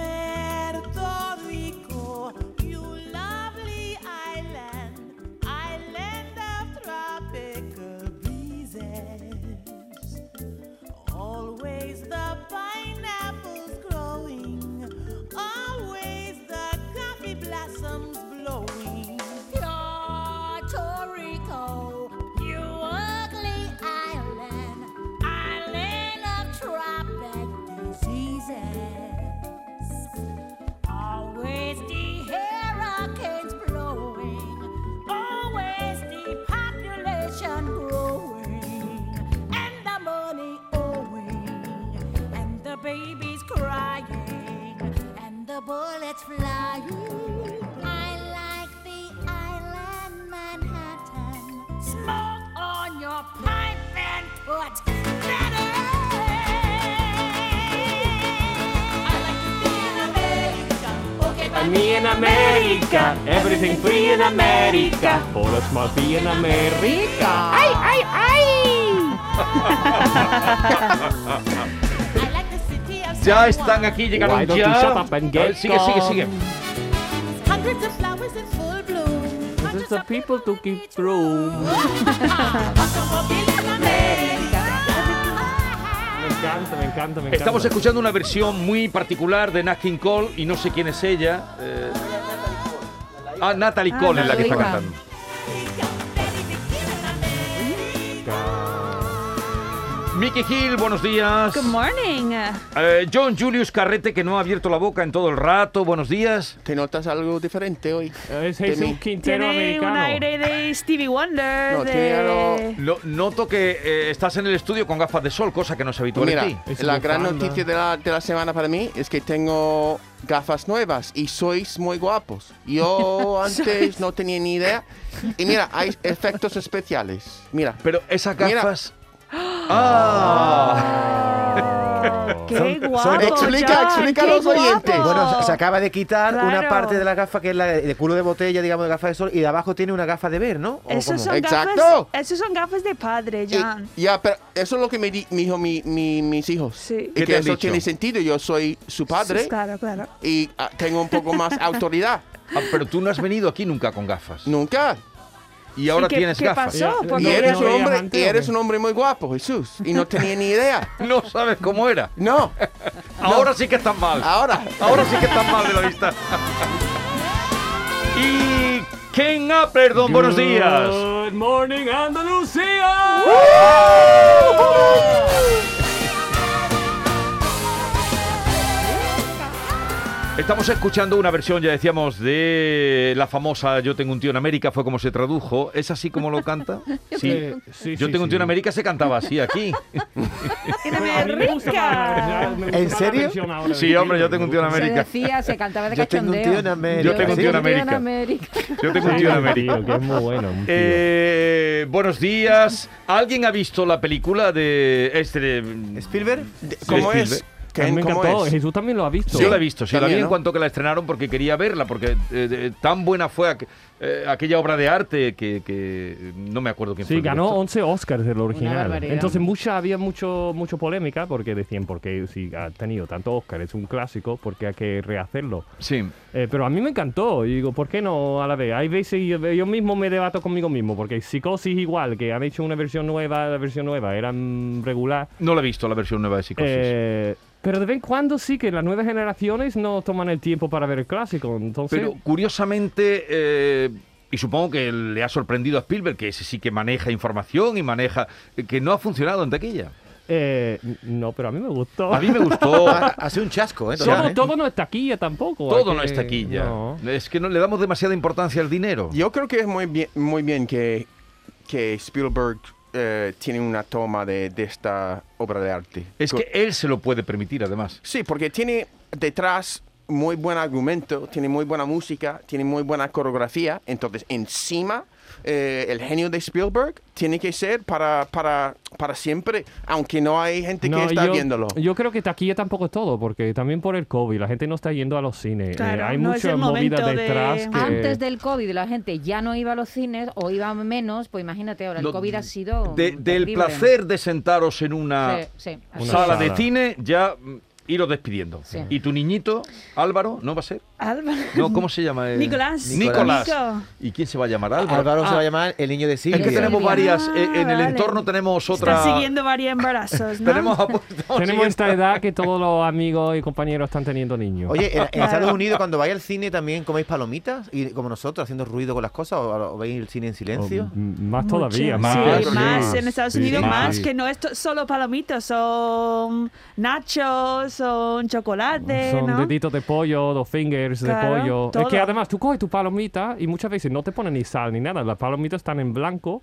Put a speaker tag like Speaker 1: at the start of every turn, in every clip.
Speaker 1: Puerto Rico, you lovely island, island of tropical breezes. Always the pineapples growing, always the coffee blossoms blowing.
Speaker 2: Puerto Rico, you ugly island, island of tropic diseases. Always the hurricanes blowing, always the population growing, and the money owing, and the babies crying, and the bullets flying. I like the island Manhattan. Smoke on your pipe and put that in. I like to be in America. Okay,
Speaker 3: A me in America, everything free in America, for a small fee in America. ¡Ay, ay,
Speaker 1: I like the city of
Speaker 4: Ya
Speaker 1: San
Speaker 4: están
Speaker 1: Juan.
Speaker 4: aquí,
Speaker 3: Why
Speaker 4: llegaron
Speaker 3: don't you shut
Speaker 4: ya.
Speaker 3: up and
Speaker 4: A ver,
Speaker 3: get
Speaker 4: sigue, sigue, sigue.
Speaker 1: Hundreds of flowers in full bloom.
Speaker 3: There's the people to keep through. Me encanta, me encanta, me encanta.
Speaker 4: Estamos escuchando una versión muy particular de Nat King Cole y no sé quién es ella. eh. Ah, Natalie Cole es la que está cantando. Mickey Hill, buenos días.
Speaker 5: Good morning.
Speaker 4: Eh, John Julius Carrete, que no ha abierto la boca en todo el rato, buenos días.
Speaker 6: ¿Te notas algo diferente hoy?
Speaker 4: Ah,
Speaker 6: Pues
Speaker 3: Eh, Es Jesús
Speaker 6: Tení.
Speaker 3: Quintero
Speaker 5: Tiene un
Speaker 3: americano.
Speaker 5: aire de Stevie Wonder.
Speaker 6: No,
Speaker 5: de-
Speaker 6: tiene algo-
Speaker 4: Lo- noto que eh, estás en el estudio con gafas de sol, cosa que no es habitual
Speaker 6: Mira,
Speaker 4: en ti.
Speaker 3: Es
Speaker 6: la
Speaker 3: una
Speaker 6: gran
Speaker 3: bufanda.
Speaker 6: noticia de la, de la semana para mí es que tengo gafas nuevas y sois muy guapos. Yo antes no tenía ni idea. Y mira, hay efectos especiales. Mira,
Speaker 4: Pero esas
Speaker 6: Mira.
Speaker 4: gafas... ¡Ah!
Speaker 5: ¡Qué guapo!
Speaker 6: Explica,
Speaker 5: John,
Speaker 6: explica a
Speaker 5: qué
Speaker 6: los oyentes.
Speaker 5: guapo.
Speaker 7: Bueno, se- se acaba de quitar
Speaker 5: Claro.
Speaker 7: una parte de la gafa que es la de, de culo de botella, digamos, de gafa de sol, y de abajo tiene una gafa de ver, ¿no? ¿O
Speaker 5: Esos
Speaker 7: cómo?
Speaker 5: son,
Speaker 6: ¡Exacto! Eh,
Speaker 5: gafas, esos son gafas de padre,
Speaker 6: y-
Speaker 5: John.
Speaker 6: ya, pero eso es lo que me, di- me dijo mi- mi- mis hijos.
Speaker 5: Sí.
Speaker 6: Y
Speaker 4: ¿Qué te
Speaker 6: que
Speaker 4: han
Speaker 6: eso
Speaker 4: dicho?
Speaker 6: tiene sentido. Yo soy su padre
Speaker 5: Sí, Claro, claro.
Speaker 6: y ah, tengo un poco más autoridad.
Speaker 4: Ah, pero tú no has venido aquí nunca con gafas.
Speaker 6: Nunca.
Speaker 4: Y ahora
Speaker 5: qué-
Speaker 4: tienes
Speaker 5: qué
Speaker 4: gafas.
Speaker 5: pasó?
Speaker 3: Y-
Speaker 5: Porque
Speaker 6: Y
Speaker 3: ¿No
Speaker 6: eres,
Speaker 3: veías
Speaker 6: un hombre,
Speaker 3: antes
Speaker 6: y
Speaker 3: o qué?
Speaker 6: eres un hombre muy guapo, Jesús. Y no tenía ni idea.
Speaker 4: No sabes cómo era.
Speaker 6: No,
Speaker 4: Ahora sí que estás mal.
Speaker 6: ahora.
Speaker 4: Ahora sí que estás mal de la vista. y Ken Appleton, buenos días.
Speaker 3: Good morning, Andalucía.
Speaker 4: Estamos escuchando una versión, ya decíamos, de la famosa Yo tengo un tío en América, fue como se tradujo. ¿Es así como lo canta? Sí.
Speaker 3: Eh, sí,
Speaker 4: Yo
Speaker 3: sí,
Speaker 4: tengo un tío en
Speaker 3: sí.
Speaker 4: América se cantaba así aquí.
Speaker 3: A mí me gusta más, me gusta
Speaker 7: ¿En
Speaker 3: más la
Speaker 7: serio?
Speaker 3: versión ahora de
Speaker 4: Sí, hombre, yo tengo un tío en
Speaker 8: Se
Speaker 4: América.
Speaker 8: decía, se cantaba de
Speaker 7: Yo tengo un
Speaker 8: cachondeo.
Speaker 7: tío en América.
Speaker 4: Yo tengo un tío en
Speaker 8: Yo tengo
Speaker 4: América. Yo tengo un tío en América.
Speaker 3: Tío, que es muy bueno. un tío.
Speaker 4: Eh, buenos días. ¿Alguien ha visto la película de este? de-
Speaker 7: ¿Spielberg?
Speaker 6: De- ¿Cómo es?
Speaker 4: Spielberg.
Speaker 3: A mí
Speaker 6: Ken,
Speaker 3: me
Speaker 6: ¿Cómo
Speaker 3: encantó.
Speaker 6: es?
Speaker 3: Jesús también lo ha visto.
Speaker 4: Yo la he visto, sí, la vi
Speaker 6: también,
Speaker 4: en
Speaker 6: ¿no?
Speaker 4: cuanto que la estrenaron porque quería verla, porque eh, de- tan buena fue aqu- eh, aquella obra de arte que, que, eh, no me acuerdo quién fue.
Speaker 3: Sí,
Speaker 4: el
Speaker 3: ganó
Speaker 4: director.
Speaker 3: 11 Oscars el original.
Speaker 8: barbaridad.
Speaker 3: Entonces mucha, había mucho, mucho polémica porque decían, porque si ha tenido tanto Oscar, es un clásico, porque hay que rehacerlo.
Speaker 4: Sí.
Speaker 3: Eh, pero a mí me encantó y digo, ¿por qué no a la vez? Hay veces yo, yo mismo me debato conmigo mismo, porque Psicosis igual, que han hecho una versión nueva, la versión nueva era mm, regular.
Speaker 4: No la he visto, la versión nueva de Psicosis.
Speaker 3: Eh, pero de vez en cuando sí que las nuevas generaciones no toman el tiempo para ver el clásico. Entonces,
Speaker 4: Pero curiosamente, eh, y supongo que le ha sorprendido a Spielberg, que ese sí que maneja información y maneja, eh, que no ha funcionado en taquilla.
Speaker 3: eh, no, pero a mí me gustó.
Speaker 4: A mí me gustó.
Speaker 7: Ha- Hace un chasco, ¿eh?
Speaker 3: todo,
Speaker 7: Total, ¿eh?
Speaker 3: todo no es taquilla tampoco.
Speaker 4: Todo
Speaker 3: hay
Speaker 4: no
Speaker 3: que-
Speaker 4: es taquilla.
Speaker 3: no.
Speaker 4: Es que no le damos demasiada importancia al dinero.
Speaker 6: Yo creo que es muy bien, muy bien que, que Spielberg eh, tiene una toma de, de esta obra de arte.
Speaker 4: Es que él se lo puede permitir, además.
Speaker 6: Sí, porque tiene detrás muy buen argumento, tiene muy buena música, tiene muy buena coreografía. Entonces, encima, eh, el genio de Spielberg tiene que ser para, para, para siempre, aunque no hay gente que
Speaker 3: No,
Speaker 6: está
Speaker 3: yo,
Speaker 6: viéndolo.
Speaker 3: Yo creo que taquilla tampoco es todo, porque también por el COVID la gente no está yendo a los cines. Eh,
Speaker 5: Claro,
Speaker 3: hay
Speaker 5: no es
Speaker 3: muchas
Speaker 5: el
Speaker 3: movidas
Speaker 5: momento de-
Speaker 3: detrás. que-
Speaker 8: Antes del COVID la gente ya no iba a los cines o iba menos, pues imagínate ahora, el
Speaker 4: Lo-
Speaker 8: COVID ha sido...
Speaker 4: de- del
Speaker 8: terrible.
Speaker 4: placer de sentaros en una
Speaker 8: Sí, sí, así
Speaker 3: Una
Speaker 8: es.
Speaker 4: sala de
Speaker 3: sala.
Speaker 4: cine, ya mm, iros despidiendo.
Speaker 8: Sí.
Speaker 4: Y tu niñito, Álvaro, ¿no va a ser?
Speaker 5: Álvaro.
Speaker 4: No, ¿cómo se llama? él?
Speaker 5: Nicolás.
Speaker 4: Nicolás.
Speaker 5: Nico.
Speaker 4: ¿Y quién se va a llamar? Álvaro.
Speaker 7: Álvaro se
Speaker 5: Ah.
Speaker 7: va a llamar el niño de Silvia.
Speaker 4: Es que tenemos
Speaker 8: Silvia.
Speaker 4: varias. eh, en el
Speaker 5: vale.
Speaker 4: entorno tenemos otra.
Speaker 5: Está siguiendo varios embarazos, ¿no?
Speaker 4: Tenemos apuestas.
Speaker 5: Oh,
Speaker 3: Tenemos esta edad que todos los amigos y compañeros están teniendo niños.
Speaker 7: Oye, en, en Estados Unidos cuando vais al cine también coméis palomitas y como nosotros haciendo ruido con las cosas o, o veis el cine en
Speaker 3: O,
Speaker 7: silencio.
Speaker 3: Oh, m- más todavía.
Speaker 5: Mucho. Sí,
Speaker 4: más, sí.
Speaker 5: más en Estados
Speaker 3: Sí,
Speaker 5: Unidos,
Speaker 3: sí.
Speaker 5: más
Speaker 3: Sí.
Speaker 5: que no es to- solo palomitas, son nachos, son chocolate,
Speaker 3: Son
Speaker 5: Este, ¿no?
Speaker 3: deditos de pollo, dos fingers
Speaker 5: Claro,
Speaker 3: de pollo.
Speaker 5: todo.
Speaker 3: Es que además tú coges tu palomita y muchas veces no te ponen ni sal ni nada. Las palomitas están en blanco.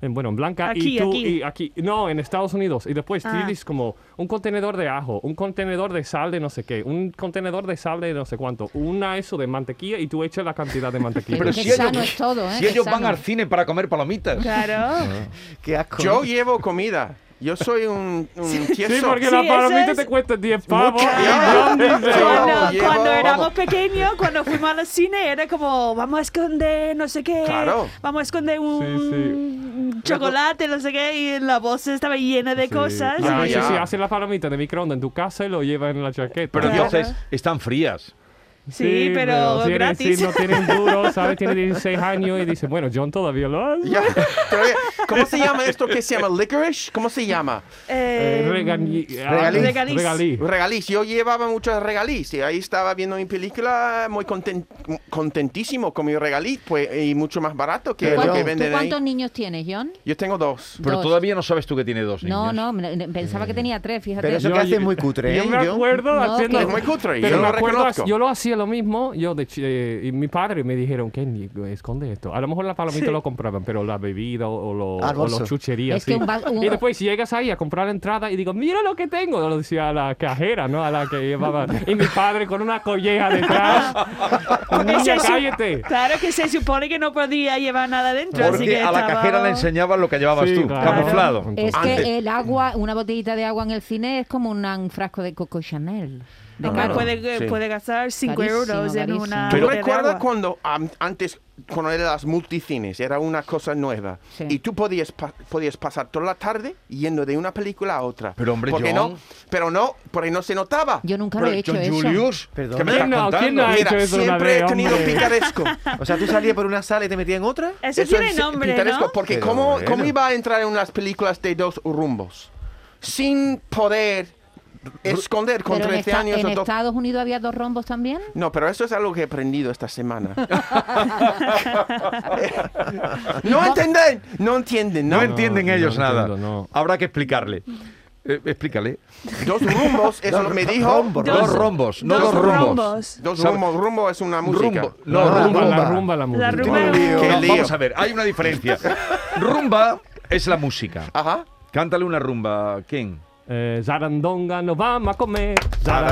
Speaker 3: En, bueno, en blanca
Speaker 5: Aquí,
Speaker 3: y tú
Speaker 5: aquí.
Speaker 3: y aquí. No, en Estados Unidos. Y después
Speaker 5: Ah.
Speaker 3: tienes como un contenedor de ajo, un contenedor de sal de no sé qué, un contenedor de sal de no sé cuánto, una eso de mantequilla y tú echas la cantidad de mantequilla.
Speaker 4: Pero
Speaker 8: Qué
Speaker 4: si ellos,
Speaker 8: sano es todo, ¿eh?
Speaker 4: si
Speaker 8: Qué
Speaker 4: ellos van
Speaker 8: sano.
Speaker 4: al cine para comer palomitas.
Speaker 5: Claro.
Speaker 7: Qué asco.
Speaker 6: Yo llevo comida. Yo soy un, un tieso. Ah,
Speaker 3: Sí, porque
Speaker 5: Sí,
Speaker 3: la
Speaker 5: eso
Speaker 3: palomita
Speaker 5: es-
Speaker 3: te cuesta 10 pavos.
Speaker 6: Mucho.
Speaker 3: y
Speaker 6: Ya.
Speaker 3: grandes de-
Speaker 6: Yo
Speaker 5: Bueno,
Speaker 6: llevo-
Speaker 5: cuando éramos
Speaker 6: vamos.
Speaker 5: pequeños, cuando fuimos al cine, era como, vamos a esconder no sé qué,
Speaker 6: Claro.
Speaker 5: vamos a esconder un chocolate, no sé qué, y la bolsa estaba llena de
Speaker 3: Sí.
Speaker 5: cosas.
Speaker 3: A
Speaker 6: Ah,
Speaker 5: y-
Speaker 3: veces
Speaker 6: ya.
Speaker 3: si haces la palomita de microondas en tu casa y lo llevas en la chaqueta.
Speaker 4: Pero
Speaker 5: Claro.
Speaker 4: entonces están frías.
Speaker 5: Sí, pero,
Speaker 3: si eres-
Speaker 5: gratis. Eh,
Speaker 3: Si no tienen duro, ¿sabes? Tiene 16 años y dice, bueno, John todavía lo hace.
Speaker 6: Ya, todavía- ¿Cómo se llama esto que se llama licorice? ¿Cómo se llama?
Speaker 5: Eh,
Speaker 3: Eh, regañi-
Speaker 7: regaliz.
Speaker 3: regaliz. Regaliz.
Speaker 6: Regaliz. Yo llevaba muchos regaliz y ahí estaba viendo mi película muy conten- contentísimo con mi regaliz pues, y mucho más barato que
Speaker 8: ¿Cuán-
Speaker 6: lo que
Speaker 8: ¿Tú
Speaker 6: venden ahí.
Speaker 8: cuántos niños tienes, John?
Speaker 6: Yo tengo dos.
Speaker 4: Pero
Speaker 8: Dos.
Speaker 4: todavía no sabes tú que tiene dos niños.
Speaker 8: No, no, me- me- pensaba que tenía tres, fíjate.
Speaker 7: Pero eso
Speaker 3: Yo-
Speaker 7: que hace
Speaker 3: yo-
Speaker 7: es muy cutre, ¿eh?
Speaker 3: Yo me
Speaker 7: John?
Speaker 3: acuerdo
Speaker 8: No,
Speaker 3: haciendo...
Speaker 8: que-
Speaker 6: Es muy cutre,
Speaker 3: Pero
Speaker 6: yo
Speaker 3: me
Speaker 6: lo
Speaker 3: acuerdo,
Speaker 6: reconozco.
Speaker 3: yo lo hacía lo mismo, yo de ch- eh, y mi padre me dijeron que ni- esconde esto. A lo mejor la palomita
Speaker 5: Sí.
Speaker 3: lo compraban, pero la bebida o, o lo-
Speaker 7: Al
Speaker 3: o
Speaker 7: bolso.
Speaker 3: los chucherías.
Speaker 8: Es que
Speaker 3: sí.
Speaker 8: un va- un-
Speaker 3: Y después llegas ahí a comprar la entrada y digo, mira lo que tengo. Lo decía a la cajera, ¿no? A la que llevaba. Y mi padre con una colleja detrás.
Speaker 5: porque
Speaker 3: Niña,
Speaker 5: se su-
Speaker 3: cállate.
Speaker 5: Claro que se supone que no podía llevar nada dentro. así
Speaker 4: Porque
Speaker 5: que
Speaker 4: a la
Speaker 5: estaba-
Speaker 4: cajera le enseñaban lo que llevabas
Speaker 3: Sí,
Speaker 4: tú,
Speaker 3: claro.
Speaker 4: camuflado.
Speaker 8: Es
Speaker 4: Antes.
Speaker 8: que el agua, una botellita de agua en el cine es como una- un frasco de Coco Chanel. De
Speaker 5: Acá
Speaker 8: caro.
Speaker 5: puede, eh,
Speaker 6: Sí.
Speaker 5: puede gastar 5
Speaker 8: Carísimo,
Speaker 5: euros en
Speaker 8: carísimo.
Speaker 5: una.
Speaker 6: ¿Tú
Speaker 5: botella de
Speaker 6: recuerdas
Speaker 5: agua?
Speaker 6: cuando am- antes, cuando eran las multicines, era una cosa nueva?
Speaker 8: Sí.
Speaker 6: Y tú podías, pa- podías pasar toda la tarde yendo de una película a otra.
Speaker 4: Pero, hombre,
Speaker 6: porque
Speaker 4: John.
Speaker 6: no, Pero no, porque no se notaba.
Speaker 8: Yo nunca lo
Speaker 4: Pero
Speaker 8: he hecho
Speaker 4: John
Speaker 8: eso.
Speaker 4: Julius,
Speaker 7: Perdón.
Speaker 4: ¿qué me
Speaker 3: ¿Quién
Speaker 4: estás
Speaker 3: no? ¿Quién
Speaker 4: contando?
Speaker 3: no?
Speaker 6: Mira,
Speaker 3: hecho eso una
Speaker 6: siempre
Speaker 3: vez,
Speaker 6: he tenido
Speaker 3: hombre.
Speaker 6: picaresco.
Speaker 7: O sea, tú salías por una sala y te metías en otra.
Speaker 5: Eso, tiene
Speaker 6: es
Speaker 5: nombre,
Speaker 6: pintoresco,
Speaker 5: ¿no?
Speaker 6: Porque
Speaker 7: Pero
Speaker 6: ¿cómo,
Speaker 7: bueno.
Speaker 6: ¿cómo iba a entrar en unas películas de dos rumbos? Sin poder esconder con
Speaker 8: Pero en,
Speaker 6: 13
Speaker 8: esta-
Speaker 6: años
Speaker 8: en
Speaker 6: o dos...
Speaker 8: Estados Unidos había dos rombos también.
Speaker 6: No, pero eso es algo que he aprendido esta semana. no entienden, no entienden,
Speaker 4: No
Speaker 6: ¿no?
Speaker 4: entienden
Speaker 3: no
Speaker 4: ellos nada.
Speaker 3: entiendo, no.
Speaker 4: Habrá que explicarle. Eh, explícale.
Speaker 6: Dos rumbos, eso me dijo.
Speaker 7: Rombo,
Speaker 4: Dos,
Speaker 7: rombo.
Speaker 4: rombos, no dos,
Speaker 5: dos
Speaker 4: rombos.
Speaker 5: rombos.
Speaker 6: Dos
Speaker 4: ¿Sabe?
Speaker 6: rumbos, rumbo es una música.
Speaker 4: Rumbo. No,
Speaker 3: la
Speaker 4: rumba.
Speaker 3: rumba, la
Speaker 7: rumba.
Speaker 3: rumba, la música.
Speaker 5: La rumba.
Speaker 6: Qué lío.
Speaker 4: No,
Speaker 6: Qué lío.
Speaker 4: vamos a ver, hay una diferencia. rumba es la música.
Speaker 6: Ajá.
Speaker 4: Cántale una rumba, ¿quién?
Speaker 3: Eh, zarandonga nos vamos a comer. Zarandonga,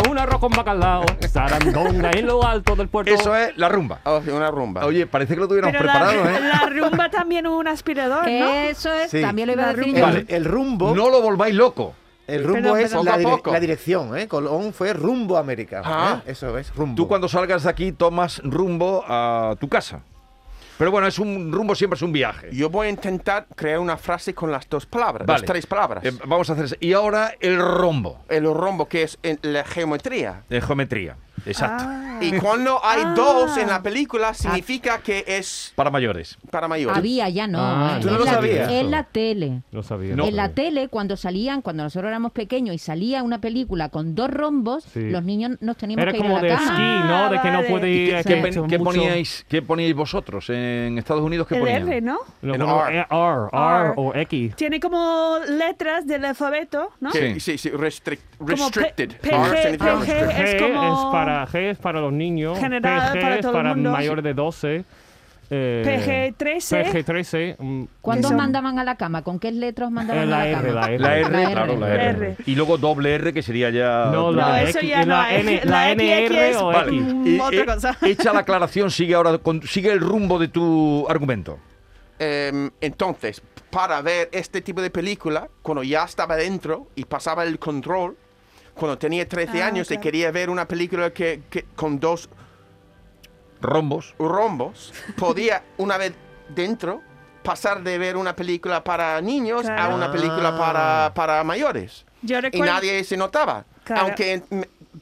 Speaker 4: Zarandonga.
Speaker 3: un arroz con bacalao. Zarandonga en lo alto del puerto.
Speaker 4: Eso es la rumba.
Speaker 6: Oh, una rumba.
Speaker 4: Oye, parece que lo tuviéramos
Speaker 5: Pero la,
Speaker 4: preparado, ¿eh?
Speaker 5: la rumba también un aspirador, Ah, ¿no?
Speaker 8: Eso es,
Speaker 7: Sí.
Speaker 8: también lo iba a
Speaker 5: La
Speaker 8: decir
Speaker 5: rumba.
Speaker 8: yo.
Speaker 7: El, el rumbo,
Speaker 4: No lo volváis loco.
Speaker 7: el rumbo
Speaker 5: Perdón,
Speaker 7: es
Speaker 6: perdón.
Speaker 7: la,
Speaker 6: Poco a
Speaker 7: dire-
Speaker 6: poco.
Speaker 7: la dirección, ¿eh? Colón fue rumbo a América.
Speaker 6: Ah.
Speaker 7: ¿eh? Eso es, rumbo.
Speaker 4: Tú cuando salgas de aquí tomas rumbo a tu casa. Pero bueno, es un rumbo siempre es un viaje.
Speaker 6: Yo voy a intentar crear una frase con las dos palabras,
Speaker 4: Vale.
Speaker 6: las tres palabras.
Speaker 4: Eh, vamos a hacer. Y ahora el rombo
Speaker 6: el rombo que es en la geometría.
Speaker 4: de geometría. Exacto.
Speaker 6: Y cuando hay dos en la película, significa que es
Speaker 4: Para mayores.
Speaker 6: para mayores.
Speaker 8: Había, ya no.
Speaker 3: Ah,
Speaker 8: ¿eh?
Speaker 7: tú no
Speaker 8: En
Speaker 7: lo
Speaker 8: la-
Speaker 7: sabías.
Speaker 8: En la tele.
Speaker 3: No sabía.
Speaker 4: No.
Speaker 3: no
Speaker 8: En la
Speaker 3: sabía.
Speaker 8: tele, cuando salían, cuando nosotros éramos pequeños y salía una película con dos rombos,
Speaker 3: Sí.
Speaker 8: los niños nos teníamos
Speaker 3: Era
Speaker 8: que ir
Speaker 3: como
Speaker 8: a la
Speaker 3: de
Speaker 8: cama.
Speaker 3: esquí, ¿no? De que no
Speaker 5: Ah, vale.
Speaker 3: puede
Speaker 4: ¿Y
Speaker 3: ir.
Speaker 4: qué,
Speaker 3: que
Speaker 4: qué
Speaker 3: mucho-
Speaker 4: pen- qué poníais, qué poníais vosotros en Estados Unidos? ¿Qué
Speaker 5: El
Speaker 4: ponían?
Speaker 5: R, ¿no?
Speaker 3: Lo
Speaker 6: En
Speaker 3: pongo-
Speaker 6: R.
Speaker 3: eh, R, R
Speaker 5: R.
Speaker 3: o X.
Speaker 5: Tiene como letras del alfabeto, ¿no?
Speaker 6: Que-
Speaker 4: Sí.
Speaker 6: sí, sí, restrict-
Speaker 5: P-
Speaker 6: restricted.
Speaker 5: PG,
Speaker 6: Ahora significa
Speaker 5: PG.
Speaker 6: restricted.
Speaker 5: Es
Speaker 3: G
Speaker 5: como-
Speaker 3: es para, G es para los niños.
Speaker 5: General,
Speaker 3: PG
Speaker 5: para
Speaker 3: es
Speaker 5: todo el
Speaker 3: para
Speaker 5: mundo,
Speaker 3: mayores de 12. eh,
Speaker 5: PG-13.
Speaker 3: PG-13. mm,
Speaker 8: ¿Cuándo
Speaker 5: Eso.
Speaker 8: mandaban a la cama? ¿Con qué letras mandaban
Speaker 3: Eh, la
Speaker 8: a la
Speaker 3: R,
Speaker 8: cama?
Speaker 3: la R.
Speaker 4: La R,
Speaker 8: La
Speaker 4: claro, la
Speaker 8: R.
Speaker 4: R.
Speaker 5: R.
Speaker 4: Y luego doble R, que sería ya.
Speaker 3: No, la
Speaker 5: No,
Speaker 3: X,
Speaker 5: eso ya
Speaker 3: y la
Speaker 5: no es.
Speaker 3: N,
Speaker 5: La
Speaker 3: la NR
Speaker 5: XX
Speaker 3: o
Speaker 5: es-
Speaker 4: Vale.
Speaker 3: X.
Speaker 5: Mm,
Speaker 4: y- y-
Speaker 5: otra cosa.
Speaker 4: Hecha la aclaración, sigue ahora, con- sigue el rumbo de tu argumento.
Speaker 6: Em, entonces, para ver este tipo de película, cuando ya estaba dentro y pasaba el control, cuando tenía 13
Speaker 5: Ah,
Speaker 6: años y
Speaker 5: claro.
Speaker 6: quería ver una película que, que- con dos
Speaker 4: Rombos.
Speaker 6: rombos, podía, una vez dentro, pasar de ver una película para niños a
Speaker 5: Claro.
Speaker 6: una película
Speaker 7: Ah.
Speaker 6: para, para mayores.
Speaker 5: Yo
Speaker 6: Y
Speaker 5: recuerdo.
Speaker 6: nadie se notaba,
Speaker 5: Claro.
Speaker 6: aunque mm,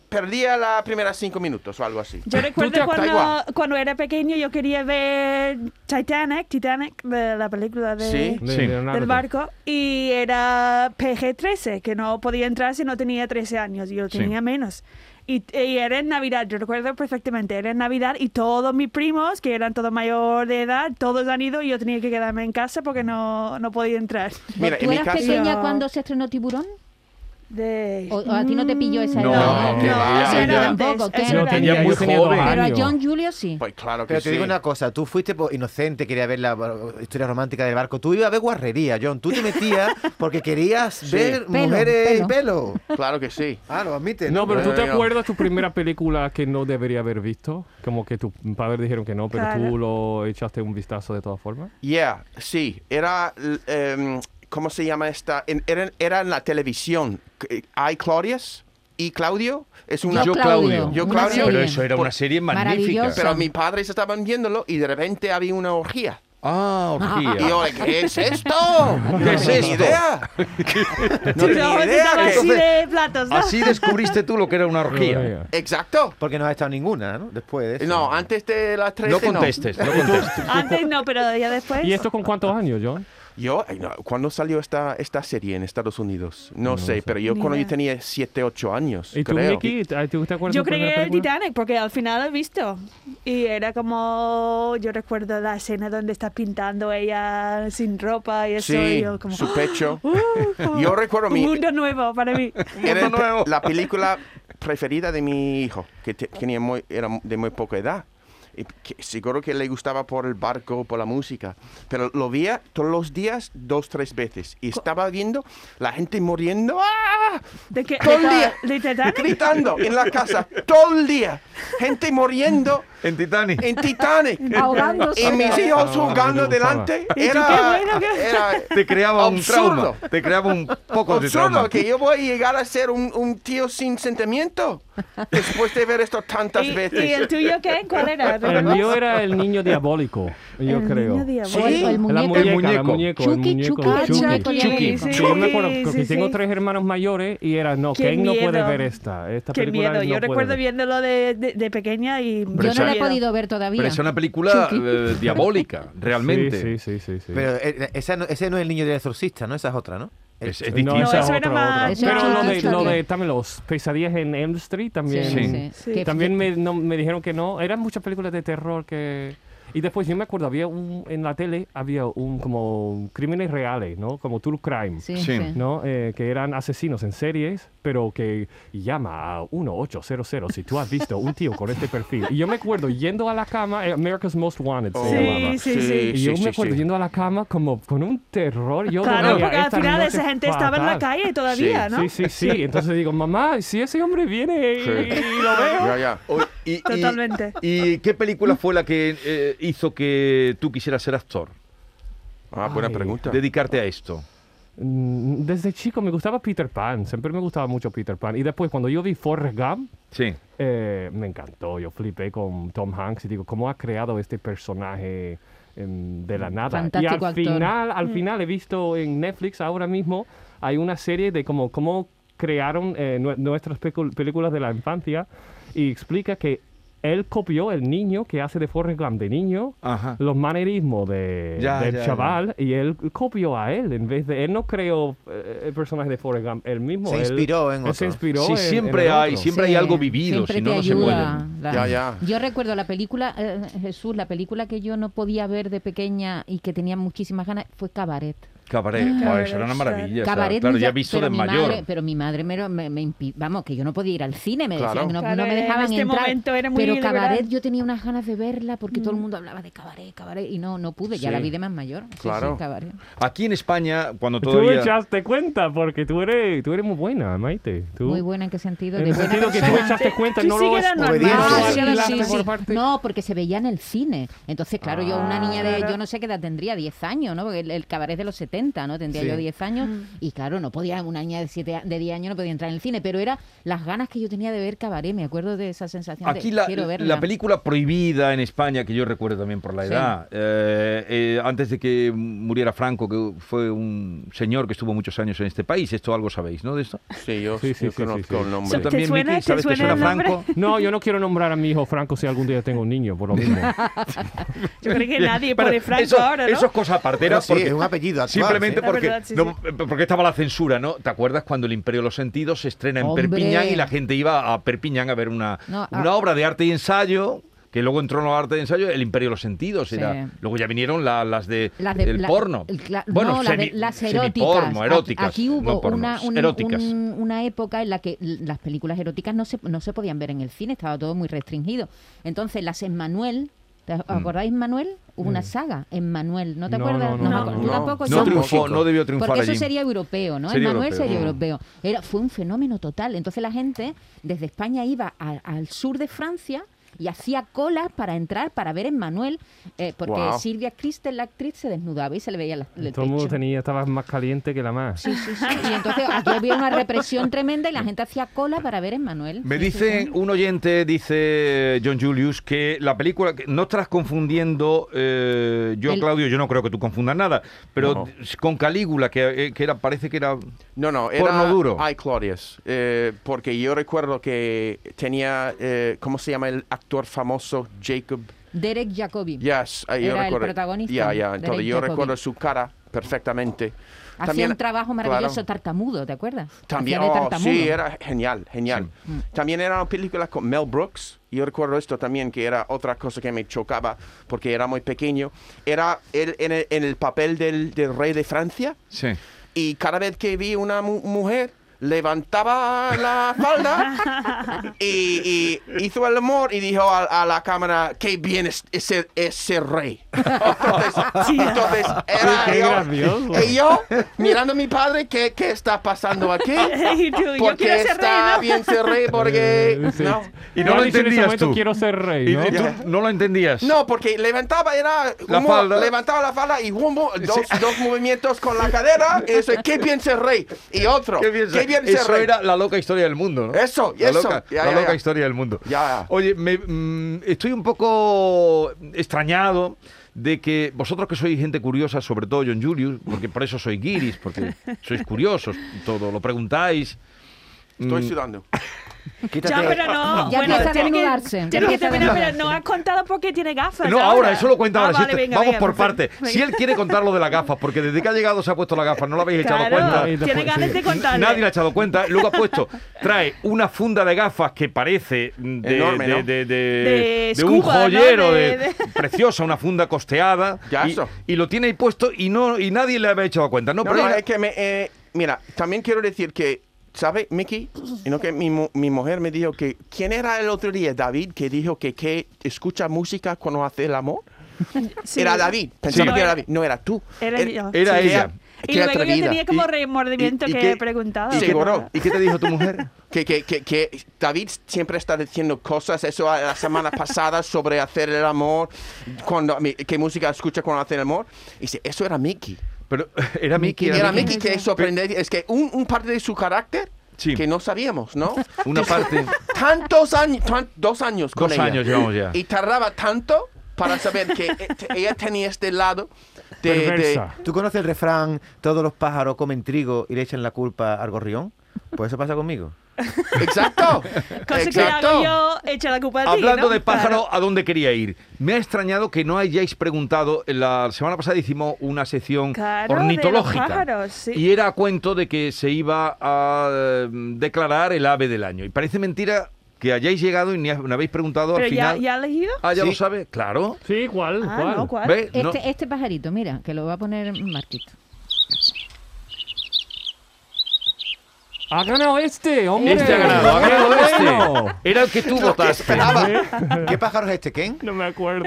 Speaker 6: perdía las primeras cinco minutos o algo así.
Speaker 5: Yo
Speaker 6: te
Speaker 5: recuerdo
Speaker 6: ac- Da
Speaker 5: cuando, cuando era pequeño yo quería ver Titanic, Titanic, de la película de,
Speaker 6: Sí.
Speaker 3: De
Speaker 4: Sí.
Speaker 3: Leonardo.
Speaker 5: del barco, y era PG-13, que no podía entrar si no tenía 13 años, yo
Speaker 4: Sí.
Speaker 5: tenía menos. Y, y era en Navidad, yo recuerdo perfectamente, era en Navidad y todos mis primos, que eran todos mayor de edad, todos han ido y yo tenía que quedarme en casa porque no, no podía entrar.
Speaker 6: Mira, en
Speaker 8: ¿Tú
Speaker 6: mi
Speaker 8: eras
Speaker 6: caso,
Speaker 8: pequeña
Speaker 5: No.
Speaker 8: cuando se estrenó Tiburón?
Speaker 5: De...
Speaker 8: O- o a ti no te pilló esa
Speaker 4: No,
Speaker 8: edad?
Speaker 4: no, que va,
Speaker 5: eso era
Speaker 4: ya.
Speaker 5: antes,
Speaker 8: Tampoco,
Speaker 5: eso
Speaker 8: que
Speaker 3: Yo
Speaker 5: era
Speaker 3: tenía
Speaker 4: Ya
Speaker 5: antes.
Speaker 4: muy
Speaker 3: yo tenía dos
Speaker 4: joven.
Speaker 8: Pero a
Speaker 3: años.
Speaker 8: John Julio sí.
Speaker 6: pues claro que
Speaker 7: Pero te
Speaker 6: sí.
Speaker 7: digo una cosa, tú fuiste po, inocente, querías ver la eh, historia romántica del barco. Tú ibas a ver guarrería, John. Tú te metías porque querías ver
Speaker 8: Pelo,
Speaker 7: mujeres y
Speaker 8: pelo.
Speaker 7: pelo.
Speaker 6: Claro que sí.
Speaker 7: Ah, lo admite.
Speaker 3: No, pero tú te
Speaker 6: Venga.
Speaker 3: acuerdas tu primera película que no debería haber visto, como que tus padres dijeron que no, pero
Speaker 5: Claro.
Speaker 3: tú lo echaste un vistazo de todas formas.
Speaker 6: Yeah, sí. Era. l- em, ¿Cómo se llama esta? En- era, era en la televisión. C- eh, Hay Claudius y Claudio. Es una.
Speaker 4: Yo, Claudio.
Speaker 6: Yo,
Speaker 8: Una
Speaker 4: Pero
Speaker 6: Claudio.
Speaker 8: serie.
Speaker 4: eso era una serie magnífica.
Speaker 8: Maravillosa.
Speaker 6: pero mis padres estaban viéndolo y de repente había una orgía.
Speaker 4: Ah,
Speaker 6: Y
Speaker 4: orgía.
Speaker 6: ahora, ¿qué es esto?
Speaker 4: ¿Qué es
Speaker 6: no tenía
Speaker 4: esto?
Speaker 6: ni idea. No
Speaker 5: Sí,
Speaker 6: tenía
Speaker 5: no,
Speaker 6: idea.
Speaker 5: estaba
Speaker 6: que-
Speaker 5: así de platos, ¿no?
Speaker 4: Ah, Así descubriste tú lo que era una orgía.
Speaker 3: Venga.
Speaker 6: Exacto.
Speaker 7: Porque no has estado ninguna, ¿no? Después de eso.
Speaker 6: No, antes de las 13
Speaker 4: No contestes, no contestes.
Speaker 5: Antes no, pero ya después.
Speaker 3: ¿Y esto con cuántos años, John?
Speaker 6: Yo, ay, no, ¿cuándo salió esta, esta serie en Estados Unidos? No, sé, pero yo
Speaker 5: Ni
Speaker 6: cuando yo
Speaker 5: idea.
Speaker 6: tenía 7, 8 años,
Speaker 3: ¿Y tú,
Speaker 6: creo.
Speaker 3: Nicky? ¿Te te- te acuerdas
Speaker 5: Yo creí que
Speaker 3: de tu primera
Speaker 5: era el
Speaker 3: película?
Speaker 5: Titanic porque al final lo he visto. Y era como. Yo recuerdo la escena donde está pintando ella sin ropa y eso. y
Speaker 6: Sí,
Speaker 5: yo como.
Speaker 6: su pecho.
Speaker 5: ¡Ah! como
Speaker 6: Yo recuerdo
Speaker 5: un
Speaker 6: mi-
Speaker 5: mundo nuevo para mí.
Speaker 6: Era el
Speaker 4: Mundo
Speaker 6: pe-
Speaker 4: nuevo.
Speaker 6: la película preferida de mi hijo, que te- tenía muy, era de muy poca edad. Y que seguro que le gustaba por el barco, por la música. Pero lo veía todos los días, dos, tres veces. Y estaba viendo la gente muriendo, ¡ah!
Speaker 5: ¿De qué?
Speaker 6: Todo el
Speaker 5: de
Speaker 6: día.
Speaker 5: cuál? ¿De Titanic?
Speaker 6: gritando en la casa, todo el día. Gente muriendo
Speaker 4: En Titanic.
Speaker 6: en Titanic.
Speaker 8: Ahogándose.
Speaker 6: Y mis hijos
Speaker 3: Ah, me gustaba.
Speaker 6: jugando delante.
Speaker 5: Y tú,
Speaker 6: Era,
Speaker 5: qué bueno que-
Speaker 6: era
Speaker 4: Te creaba un
Speaker 6: Absurdo.
Speaker 4: trauma. Te creaba un poco de trauma.
Speaker 6: Absurdo que yo voy a llegar a ser un, un tío sin sentimiento después de ver esto tantas
Speaker 5: ¿Y,
Speaker 6: veces.
Speaker 5: y el tuyo qué? ¿Cuál era?
Speaker 3: El mío era el niño diabólico, yo
Speaker 5: El
Speaker 3: creo.
Speaker 5: niño diabólico.
Speaker 8: El- el
Speaker 3: La
Speaker 8: muñeco.
Speaker 3: muñeca,
Speaker 4: El
Speaker 3: el muñeco, el
Speaker 8: Chucky,
Speaker 3: muñeco,
Speaker 8: Chucky,
Speaker 3: Chucky,
Speaker 8: Chucky,
Speaker 3: Chucky.
Speaker 5: sí,
Speaker 3: Sí, yo me acuerdo
Speaker 5: sí,
Speaker 3: porque
Speaker 5: sí,
Speaker 3: tengo
Speaker 5: sí.
Speaker 3: tres hermanos mayores y era, no,
Speaker 5: Qué
Speaker 3: Ken no puede
Speaker 5: miedo.
Speaker 3: ver esta. Esta
Speaker 5: Qué
Speaker 3: película
Speaker 5: miedo.
Speaker 3: no
Speaker 5: yo
Speaker 3: puede
Speaker 5: recuerdo
Speaker 3: ver.
Speaker 5: viéndolo de, de, de pequeña y.
Speaker 4: Pero
Speaker 8: Yo no
Speaker 4: esa-
Speaker 8: la he podido ver todavía.
Speaker 4: Pero es una película
Speaker 8: Chucky.
Speaker 4: eh, diabólica, realmente.
Speaker 3: Sí, sí, sí, sí, sí.
Speaker 7: Pero eh, esa no- ese no es el niño del exorcista, ¿no? Esa es otra, ¿no?
Speaker 4: Es, es
Speaker 3: No,
Speaker 4: distinta.
Speaker 3: esa es
Speaker 5: eso era
Speaker 3: otra,
Speaker 5: más-
Speaker 3: otra.
Speaker 8: Eso
Speaker 3: Pero
Speaker 8: era
Speaker 3: lo
Speaker 8: más
Speaker 3: de, lo
Speaker 8: historia.
Speaker 3: de también los pesadillas en Elm Street
Speaker 8: Sí,
Speaker 3: también.
Speaker 8: sí.
Speaker 5: Sí.
Speaker 8: Que-
Speaker 3: También me, no- me dijeron que no. Eran muchas películas de terror que... Y después yo me acuerdo, había un, en la tele había un como crímenes reales, ¿no? Como True Crime.
Speaker 8: Sí,
Speaker 4: Sí.
Speaker 8: sí.
Speaker 3: ¿no? Eh, que eran asesinos en series, pero que llama a 1800 si tú has visto un tío con este perfil. Y yo me acuerdo yendo a la cama, eh, America's Most Wanted se
Speaker 6: Oh.
Speaker 3: llamaba.
Speaker 5: Sí, sí, sí.
Speaker 3: Y yo
Speaker 6: sí,
Speaker 3: me acuerdo
Speaker 6: sí.
Speaker 3: yendo a la cama como con un terror. Yo
Speaker 5: Claro,
Speaker 3: dormía
Speaker 5: porque al
Speaker 3: esta
Speaker 5: final
Speaker 3: noche
Speaker 5: esa gente estaba en la
Speaker 3: fatal.
Speaker 5: calle todavía, ¿no?
Speaker 3: Sí, sí, sí. Entonces digo, mamá, si ese hombre viene y,
Speaker 6: Sí.
Speaker 3: y lo veo.
Speaker 6: Ya, ya.
Speaker 4: O- y- y-
Speaker 5: Totalmente.
Speaker 4: ¿Y qué película fue la que eh, hizo que tú quisieras ser actor?
Speaker 6: Ah, buena
Speaker 3: Ay.
Speaker 6: pregunta.
Speaker 4: Dedicarte a esto.
Speaker 3: Mm, Desde chico me gustaba Peter Pan. Siempre me gustaba mucho Peter Pan. Y después cuando yo vi Forrest Gump,
Speaker 4: Sí.
Speaker 3: Eh, me encantó, yo flipé con Tom Hanks y digo, ¿cómo ha creado este personaje em, de la nada? y al
Speaker 8: Fantástico actor. Mm.
Speaker 3: final, al final he visto en Netflix ahora mismo, hay una serie de cómo, cómo crearon eh, nue- nuestras pecu- películas de la infancia y explica que él copió el niño que hace de Forrest Gump de niño
Speaker 7: Ah.
Speaker 4: Ajá.
Speaker 3: los manerismos de,
Speaker 4: Ya,
Speaker 3: del
Speaker 4: ya, ya.
Speaker 3: chaval y él copió a él en vez de él no creó eh, el personaje de Forrest Gump él mismo
Speaker 7: Se
Speaker 3: él-
Speaker 7: inspiró en
Speaker 3: él se
Speaker 7: otro.
Speaker 3: inspiró
Speaker 4: Sí,
Speaker 3: en- en
Speaker 4: siempre
Speaker 3: el
Speaker 4: hay,
Speaker 3: otro.
Speaker 4: siempre hay algo vivido,
Speaker 8: siempre
Speaker 4: si no,
Speaker 8: te
Speaker 4: no se
Speaker 8: ayuda,
Speaker 4: mueren.
Speaker 8: la-
Speaker 6: Ya, ya.
Speaker 8: Yo recuerdo la película, eh, Jesús, la película que yo no podía ver de pequeña y que tenía muchísimas ganas fue Cabaret.
Speaker 4: Cabaret.
Speaker 5: Mm.
Speaker 4: Buah, eso era una
Speaker 5: Cabaret,
Speaker 4: maravilla. o sea,
Speaker 8: Cabaret
Speaker 4: claro,
Speaker 8: me
Speaker 4: ya
Speaker 8: lla-
Speaker 4: visto
Speaker 8: pero
Speaker 4: de
Speaker 8: mi
Speaker 4: mayor.
Speaker 8: madre- pero mi madre me, lo- me, impidió, vamos, que yo no podía ir al cine, me
Speaker 6: Claro.
Speaker 8: decían que no,
Speaker 5: Claro,
Speaker 8: no me dejaban
Speaker 5: en este
Speaker 8: entrar.
Speaker 5: momento era muy
Speaker 8: pero Cabaret
Speaker 5: liberal. Mm.
Speaker 8: yo tenía unas ganas de verla porque todo el mundo hablaba de Cabaret, Cabaret, y no, no pude, ya
Speaker 4: Sí.
Speaker 8: la vi de más mayor. Sí, sí,
Speaker 6: Claro.
Speaker 8: Cabaret.
Speaker 4: Aquí en España, cuando
Speaker 3: Tú
Speaker 4: todavía...
Speaker 3: echaste cuenta porque tú eres, tú eres muy buena, Maite. Tú,
Speaker 8: Muy buena en qué sentido,
Speaker 3: En
Speaker 8: de
Speaker 3: el
Speaker 8: buena
Speaker 3: sentido que tú
Speaker 8: persona.
Speaker 3: echaste cuenta,
Speaker 5: Tú
Speaker 3: no
Speaker 5: sí
Speaker 3: lo
Speaker 5: que eras normal.
Speaker 3: no lo
Speaker 8: Ah,
Speaker 7: Obediencia.
Speaker 8: sí,
Speaker 3: aislaste
Speaker 8: sí,
Speaker 3: por
Speaker 8: sí.
Speaker 3: parte.
Speaker 8: No, porque se veía en el cine. Entonces, claro, yo una niña de,
Speaker 4: Ah.
Speaker 5: claro.
Speaker 8: yo no sé qué edad tendría, 10 años, ¿no? Porque el, el cabaret de los 70, ¿no? Tendría
Speaker 7: Sí.
Speaker 8: yo 10 años.
Speaker 4: Mm.
Speaker 8: Y claro, no podía, una niña de, siete, a- de 10 años no podía entrar en el cine, pero era las ganas que yo tenía de ver cabaret. Me acuerdo de esa sensación
Speaker 4: Aquí
Speaker 8: de
Speaker 4: la,
Speaker 8: quiero verla.
Speaker 4: la película prohibida en España, que yo recuerdo también por la
Speaker 8: Sí.
Speaker 4: edad, eh, eh, antes de que muriera Franco, que fue un señor que estuvo muchos años en este país, esto algo sabéis, ¿no? De esto.
Speaker 6: Sí, yo,
Speaker 3: Sí, sí,
Speaker 6: yo
Speaker 3: sí, sí,
Speaker 6: conozco
Speaker 3: sí.
Speaker 6: el
Speaker 4: ¿Tú
Speaker 6: nombre.
Speaker 5: Exacto.
Speaker 4: también,
Speaker 5: suena-
Speaker 4: Miki,
Speaker 5: te
Speaker 4: sabes que
Speaker 5: suena
Speaker 4: suena
Speaker 5: el
Speaker 4: Franco?
Speaker 3: No, yo no quiero nombrar a mi hijo Franco si algún día tengo un niño, por lo mismo.
Speaker 5: Yo creo que nadie pone
Speaker 4: Bueno,
Speaker 5: Franco
Speaker 4: eso,
Speaker 5: ahora, ¿no?
Speaker 4: eso es cosa aparte, era
Speaker 7: No, sí,
Speaker 4: porque-
Speaker 7: es un apellido actual, ¿eh?
Speaker 4: Simplemente
Speaker 7: sí.
Speaker 5: La
Speaker 4: porque,
Speaker 5: verdad, sí,
Speaker 4: no, porque estaba la censura, ¿no? ¿Te acuerdas cuando el Imperio de los Sentidos se estrena en
Speaker 8: Hombre.
Speaker 4: Perpiñán y la gente iba a Perpiñán a ver una,
Speaker 8: No,
Speaker 4: una
Speaker 8: a-
Speaker 4: obra de arte y ensayo? Que luego entró en los arte de ensayo el Imperio de los Sentidos.
Speaker 8: Sí.
Speaker 4: Era, luego ya vinieron la- las de,
Speaker 8: Las de-
Speaker 4: el
Speaker 8: la-
Speaker 4: porno.
Speaker 8: el cla-
Speaker 4: bueno,
Speaker 8: no, las de-
Speaker 4: semi-
Speaker 8: las eróticas.
Speaker 4: semiporno,
Speaker 8: Aquí-
Speaker 4: eróticas.
Speaker 8: Aquí,
Speaker 4: no
Speaker 8: hubo
Speaker 4: pornos,
Speaker 8: una, un-
Speaker 4: eróticas.
Speaker 8: un- una época en la que l- las películas eróticas no se, no se podían ver en el cine, estaba todo muy restringido. Entonces, las Emmanuel, ¿te
Speaker 4: Mm.
Speaker 8: ac- acordáis Manuel? Hubo una saga, Emmanuel, ¿no te
Speaker 3: No,
Speaker 8: acuerdas?
Speaker 3: no, no,
Speaker 8: me
Speaker 5: no,
Speaker 8: acuerdo.
Speaker 5: no.
Speaker 8: ¿Tú tampoco?
Speaker 4: no
Speaker 8: Yo-
Speaker 4: triunfó, no debió triunfar
Speaker 8: pues, porque eso
Speaker 4: allí.
Speaker 8: sería europeo, ¿no?
Speaker 4: Sería
Speaker 8: Emmanuel
Speaker 4: europeo.
Speaker 8: sería
Speaker 4: Mm.
Speaker 8: europeo. Era, fue un fenómeno total. Entonces la gente desde España iba a- al sur de Francia y hacía colas para entrar, para ver a Emmanuel, eh, porque
Speaker 6: Guau.
Speaker 8: Silvia Christel, la actriz, se desnudaba y se le veía la, el
Speaker 3: Todo el mundo
Speaker 8: pecho.
Speaker 3: tenía, estabas más caliente que la más.
Speaker 8: Sí, sí, sí. Y entonces aquí había una represión tremenda y la gente hacía cola para ver a Emmanuel.
Speaker 4: Me
Speaker 8: Sí, sí,
Speaker 4: dice
Speaker 8: sí.
Speaker 4: un oyente, dice John Julius, que la película, que no estás confundiendo, eh, yo
Speaker 8: El-
Speaker 4: Claudio, yo no creo que tú confundas nada, pero
Speaker 6: No.
Speaker 4: con Calígula, que, eh, que era, parece que era...
Speaker 6: No, no, era
Speaker 4: Porno duro.
Speaker 6: Ay, Claudius. eh, porque yo recuerdo que tenía, eh, ¿cómo se llama el actor famoso? Jacob.
Speaker 8: Derek Jacobi.
Speaker 6: Yes, ah, yo
Speaker 8: Era el
Speaker 6: recuerdo.
Speaker 8: protagonista,
Speaker 6: Ya, ya,
Speaker 8: Derek
Speaker 6: entonces yo
Speaker 8: Jacobi.
Speaker 6: recuerdo su cara perfectamente.
Speaker 8: Hacía
Speaker 6: También-
Speaker 8: un trabajo maravilloso,
Speaker 6: claro.
Speaker 8: tartamudo, ¿te acuerdas?
Speaker 6: También,
Speaker 8: Hacía de
Speaker 6: oh,
Speaker 8: tartamudo. Mm.
Speaker 6: sí, era genial, genial. También era una película con Mel Brooks. Yo recuerdo esto también, que era otra cosa que me chocaba porque era muy pequeño. Era él en el, en el papel del, del rey de Francia
Speaker 4: Sí.
Speaker 6: y cada vez que vi una mu- mujer levantaba la falda y, y hizo el amor y dijo a, a la cámara, qué bien es ese, ese rey. Entonces, entonces era
Speaker 3: Qué
Speaker 6: yo-
Speaker 3: gracioso.
Speaker 6: y yo mirando a mi padre, ¿qué, qué está pasando aquí?
Speaker 5: Y tú, yo
Speaker 6: Porque
Speaker 5: quiero ser rey,
Speaker 6: está
Speaker 5: ¿no?
Speaker 6: bien ser rey, porque...
Speaker 3: Eh, sí.
Speaker 6: No.
Speaker 4: Y no
Speaker 3: Ya
Speaker 4: lo
Speaker 3: dice, en ese
Speaker 4: entendías
Speaker 3: momento,
Speaker 4: tú.
Speaker 3: Quiero ser
Speaker 4: Y,
Speaker 3: rey, ¿no?
Speaker 4: y tú no lo entendías.
Speaker 6: No, porque levantaba, era
Speaker 4: La
Speaker 6: mo-
Speaker 4: falda.
Speaker 6: levantaba la falda y humo, dos, dos movimientos con la cadera. Y eso, ¿qué bien ser rey? Y otro,
Speaker 4: Qué
Speaker 6: ¿qué
Speaker 4: bien
Speaker 6: bien,
Speaker 4: se-
Speaker 6: ser
Speaker 4: Eso
Speaker 6: rey?
Speaker 4: era la loca historia del mundo, ¿no?
Speaker 6: Eso,
Speaker 4: la
Speaker 6: eso.
Speaker 4: Loca,
Speaker 6: Ya,
Speaker 4: la
Speaker 6: ya,
Speaker 4: loca
Speaker 6: ya.
Speaker 4: historia del mundo.
Speaker 6: Ya.
Speaker 4: Oye, me, mm, estoy un poco extrañado de que vosotros que sois gente curiosa, sobre todo John Julius, porque por eso sois guiris, porque sois curiosos, todo lo preguntáis.
Speaker 6: Estoy
Speaker 4: mm.
Speaker 6: sudando.
Speaker 5: Ya, pero no.
Speaker 8: Ya
Speaker 5: bueno,
Speaker 8: empieza a
Speaker 5: tiene que-
Speaker 8: desnudarse, ya
Speaker 5: tiene que
Speaker 8: empieza a
Speaker 5: terminar,
Speaker 8: desnudarse.
Speaker 5: pero no has contado porque tiene gafas.
Speaker 4: No, ahora, eso lo cuenta
Speaker 5: Ah,
Speaker 4: ahora. sí,
Speaker 5: vale,
Speaker 4: te-
Speaker 5: venga,
Speaker 4: Vamos
Speaker 5: venga,
Speaker 4: por
Speaker 5: perfecto.
Speaker 4: parte. Si él quiere contar lo de las gafas, porque desde que ha llegado se ha puesto las gafas, no lo habéis echado cuenta.
Speaker 5: Claro, tiene ganas de contarle.
Speaker 4: Nadie le ha echado cuenta. Luego ha puesto, trae una funda de gafas que parece de,
Speaker 6: Enorme,
Speaker 4: de-
Speaker 6: ¿no?
Speaker 4: de- de-
Speaker 5: De
Speaker 4: de un
Speaker 5: escuba, ¿no?
Speaker 4: joyero,
Speaker 5: De-
Speaker 4: de-
Speaker 5: de-
Speaker 4: preciosa, una funda costeada.
Speaker 6: Ya
Speaker 4: y,
Speaker 6: eso.
Speaker 4: y lo tiene ahí puesto y no y nadie le había echado cuenta. No,
Speaker 6: No,
Speaker 4: pero
Speaker 6: no,
Speaker 4: era-
Speaker 6: es que me, eh, mira, también quiero decir que, ¿sabe, Mickey? Y no que mi, mu- mi mujer me dijo que, ¿quién era el otro día, David, que dijo que, que escucha música cuando hace el amor?
Speaker 5: Sí.
Speaker 6: Era David, pensaba
Speaker 4: Sí.
Speaker 6: que era David. No, era tú.
Speaker 5: Era
Speaker 6: Él-
Speaker 5: yo.
Speaker 4: Era
Speaker 6: Sí,
Speaker 4: ella.
Speaker 5: Y
Speaker 6: qué
Speaker 5: luego yo
Speaker 6: atrevida.
Speaker 5: tenía como
Speaker 6: Y-
Speaker 5: remordimiento
Speaker 6: y- y
Speaker 5: que
Speaker 6: qué-
Speaker 5: he preguntado.
Speaker 6: y
Speaker 5: ¿no?
Speaker 6: qué goró.
Speaker 4: ¿Y qué te dijo tu mujer?
Speaker 6: Que, que, que, que David siempre está diciendo cosas, eso a- la semana pasada sobre hacer el amor, cuando, mi- qué música escucha cuando hace el amor. Y dice, eso era Mickey.
Speaker 4: Pero era Mickey.
Speaker 6: Era Mickey que sorprendente, es que un, un parte de su carácter
Speaker 4: Sí.
Speaker 6: que no sabíamos, ¿no?
Speaker 4: Una parte.
Speaker 6: Tantos años, tan- dos años con
Speaker 4: Dos
Speaker 6: ella.
Speaker 4: años llevamos ya.
Speaker 6: Y tardaba tanto para saber que eh, te- ella tenía este lado de... de-
Speaker 3: Perversa.
Speaker 7: ¿Tú conoces el refrán todos los pájaros comen trigo y le echan la culpa al gorrión? Pues eso pasa conmigo.
Speaker 6: exacto.
Speaker 5: Cosa
Speaker 6: exacto.
Speaker 5: que hago yo, echa la culpa a ti,
Speaker 4: Hablando
Speaker 5: ¿no?
Speaker 4: de pájaro,
Speaker 5: Claro.
Speaker 4: ¿a dónde quería ir? Me ha extrañado que no hayáis preguntado. eh, La semana pasada hicimos una sección
Speaker 5: Claro,
Speaker 4: ornitológica.
Speaker 5: de los pájaros, sí.
Speaker 4: Y era a cuento de que se iba a eh, declarar el ave del año. Y parece mentira que hayáis llegado y ni ha- no habéis preguntado
Speaker 5: ¿Pero
Speaker 4: al
Speaker 5: ya,
Speaker 4: final.
Speaker 5: ya has elegido?
Speaker 4: Ah, ya
Speaker 7: Sí.
Speaker 4: lo sabe, claro.
Speaker 3: Sí, ¿cuál?
Speaker 5: Ah,
Speaker 3: ¿cuál?
Speaker 5: no, ¿cuál?
Speaker 4: ¿Ve?
Speaker 8: Este,
Speaker 4: No.
Speaker 8: este pajarito, mira, que lo va a poner Marquito.
Speaker 3: Ha ganado este, hombre.
Speaker 4: Este ha ganado, ha ganado
Speaker 3: Bueno.
Speaker 4: este. Era el que tú votaste.
Speaker 7: ¿Qué pájaro es este, Ken?
Speaker 3: No me acuerdo.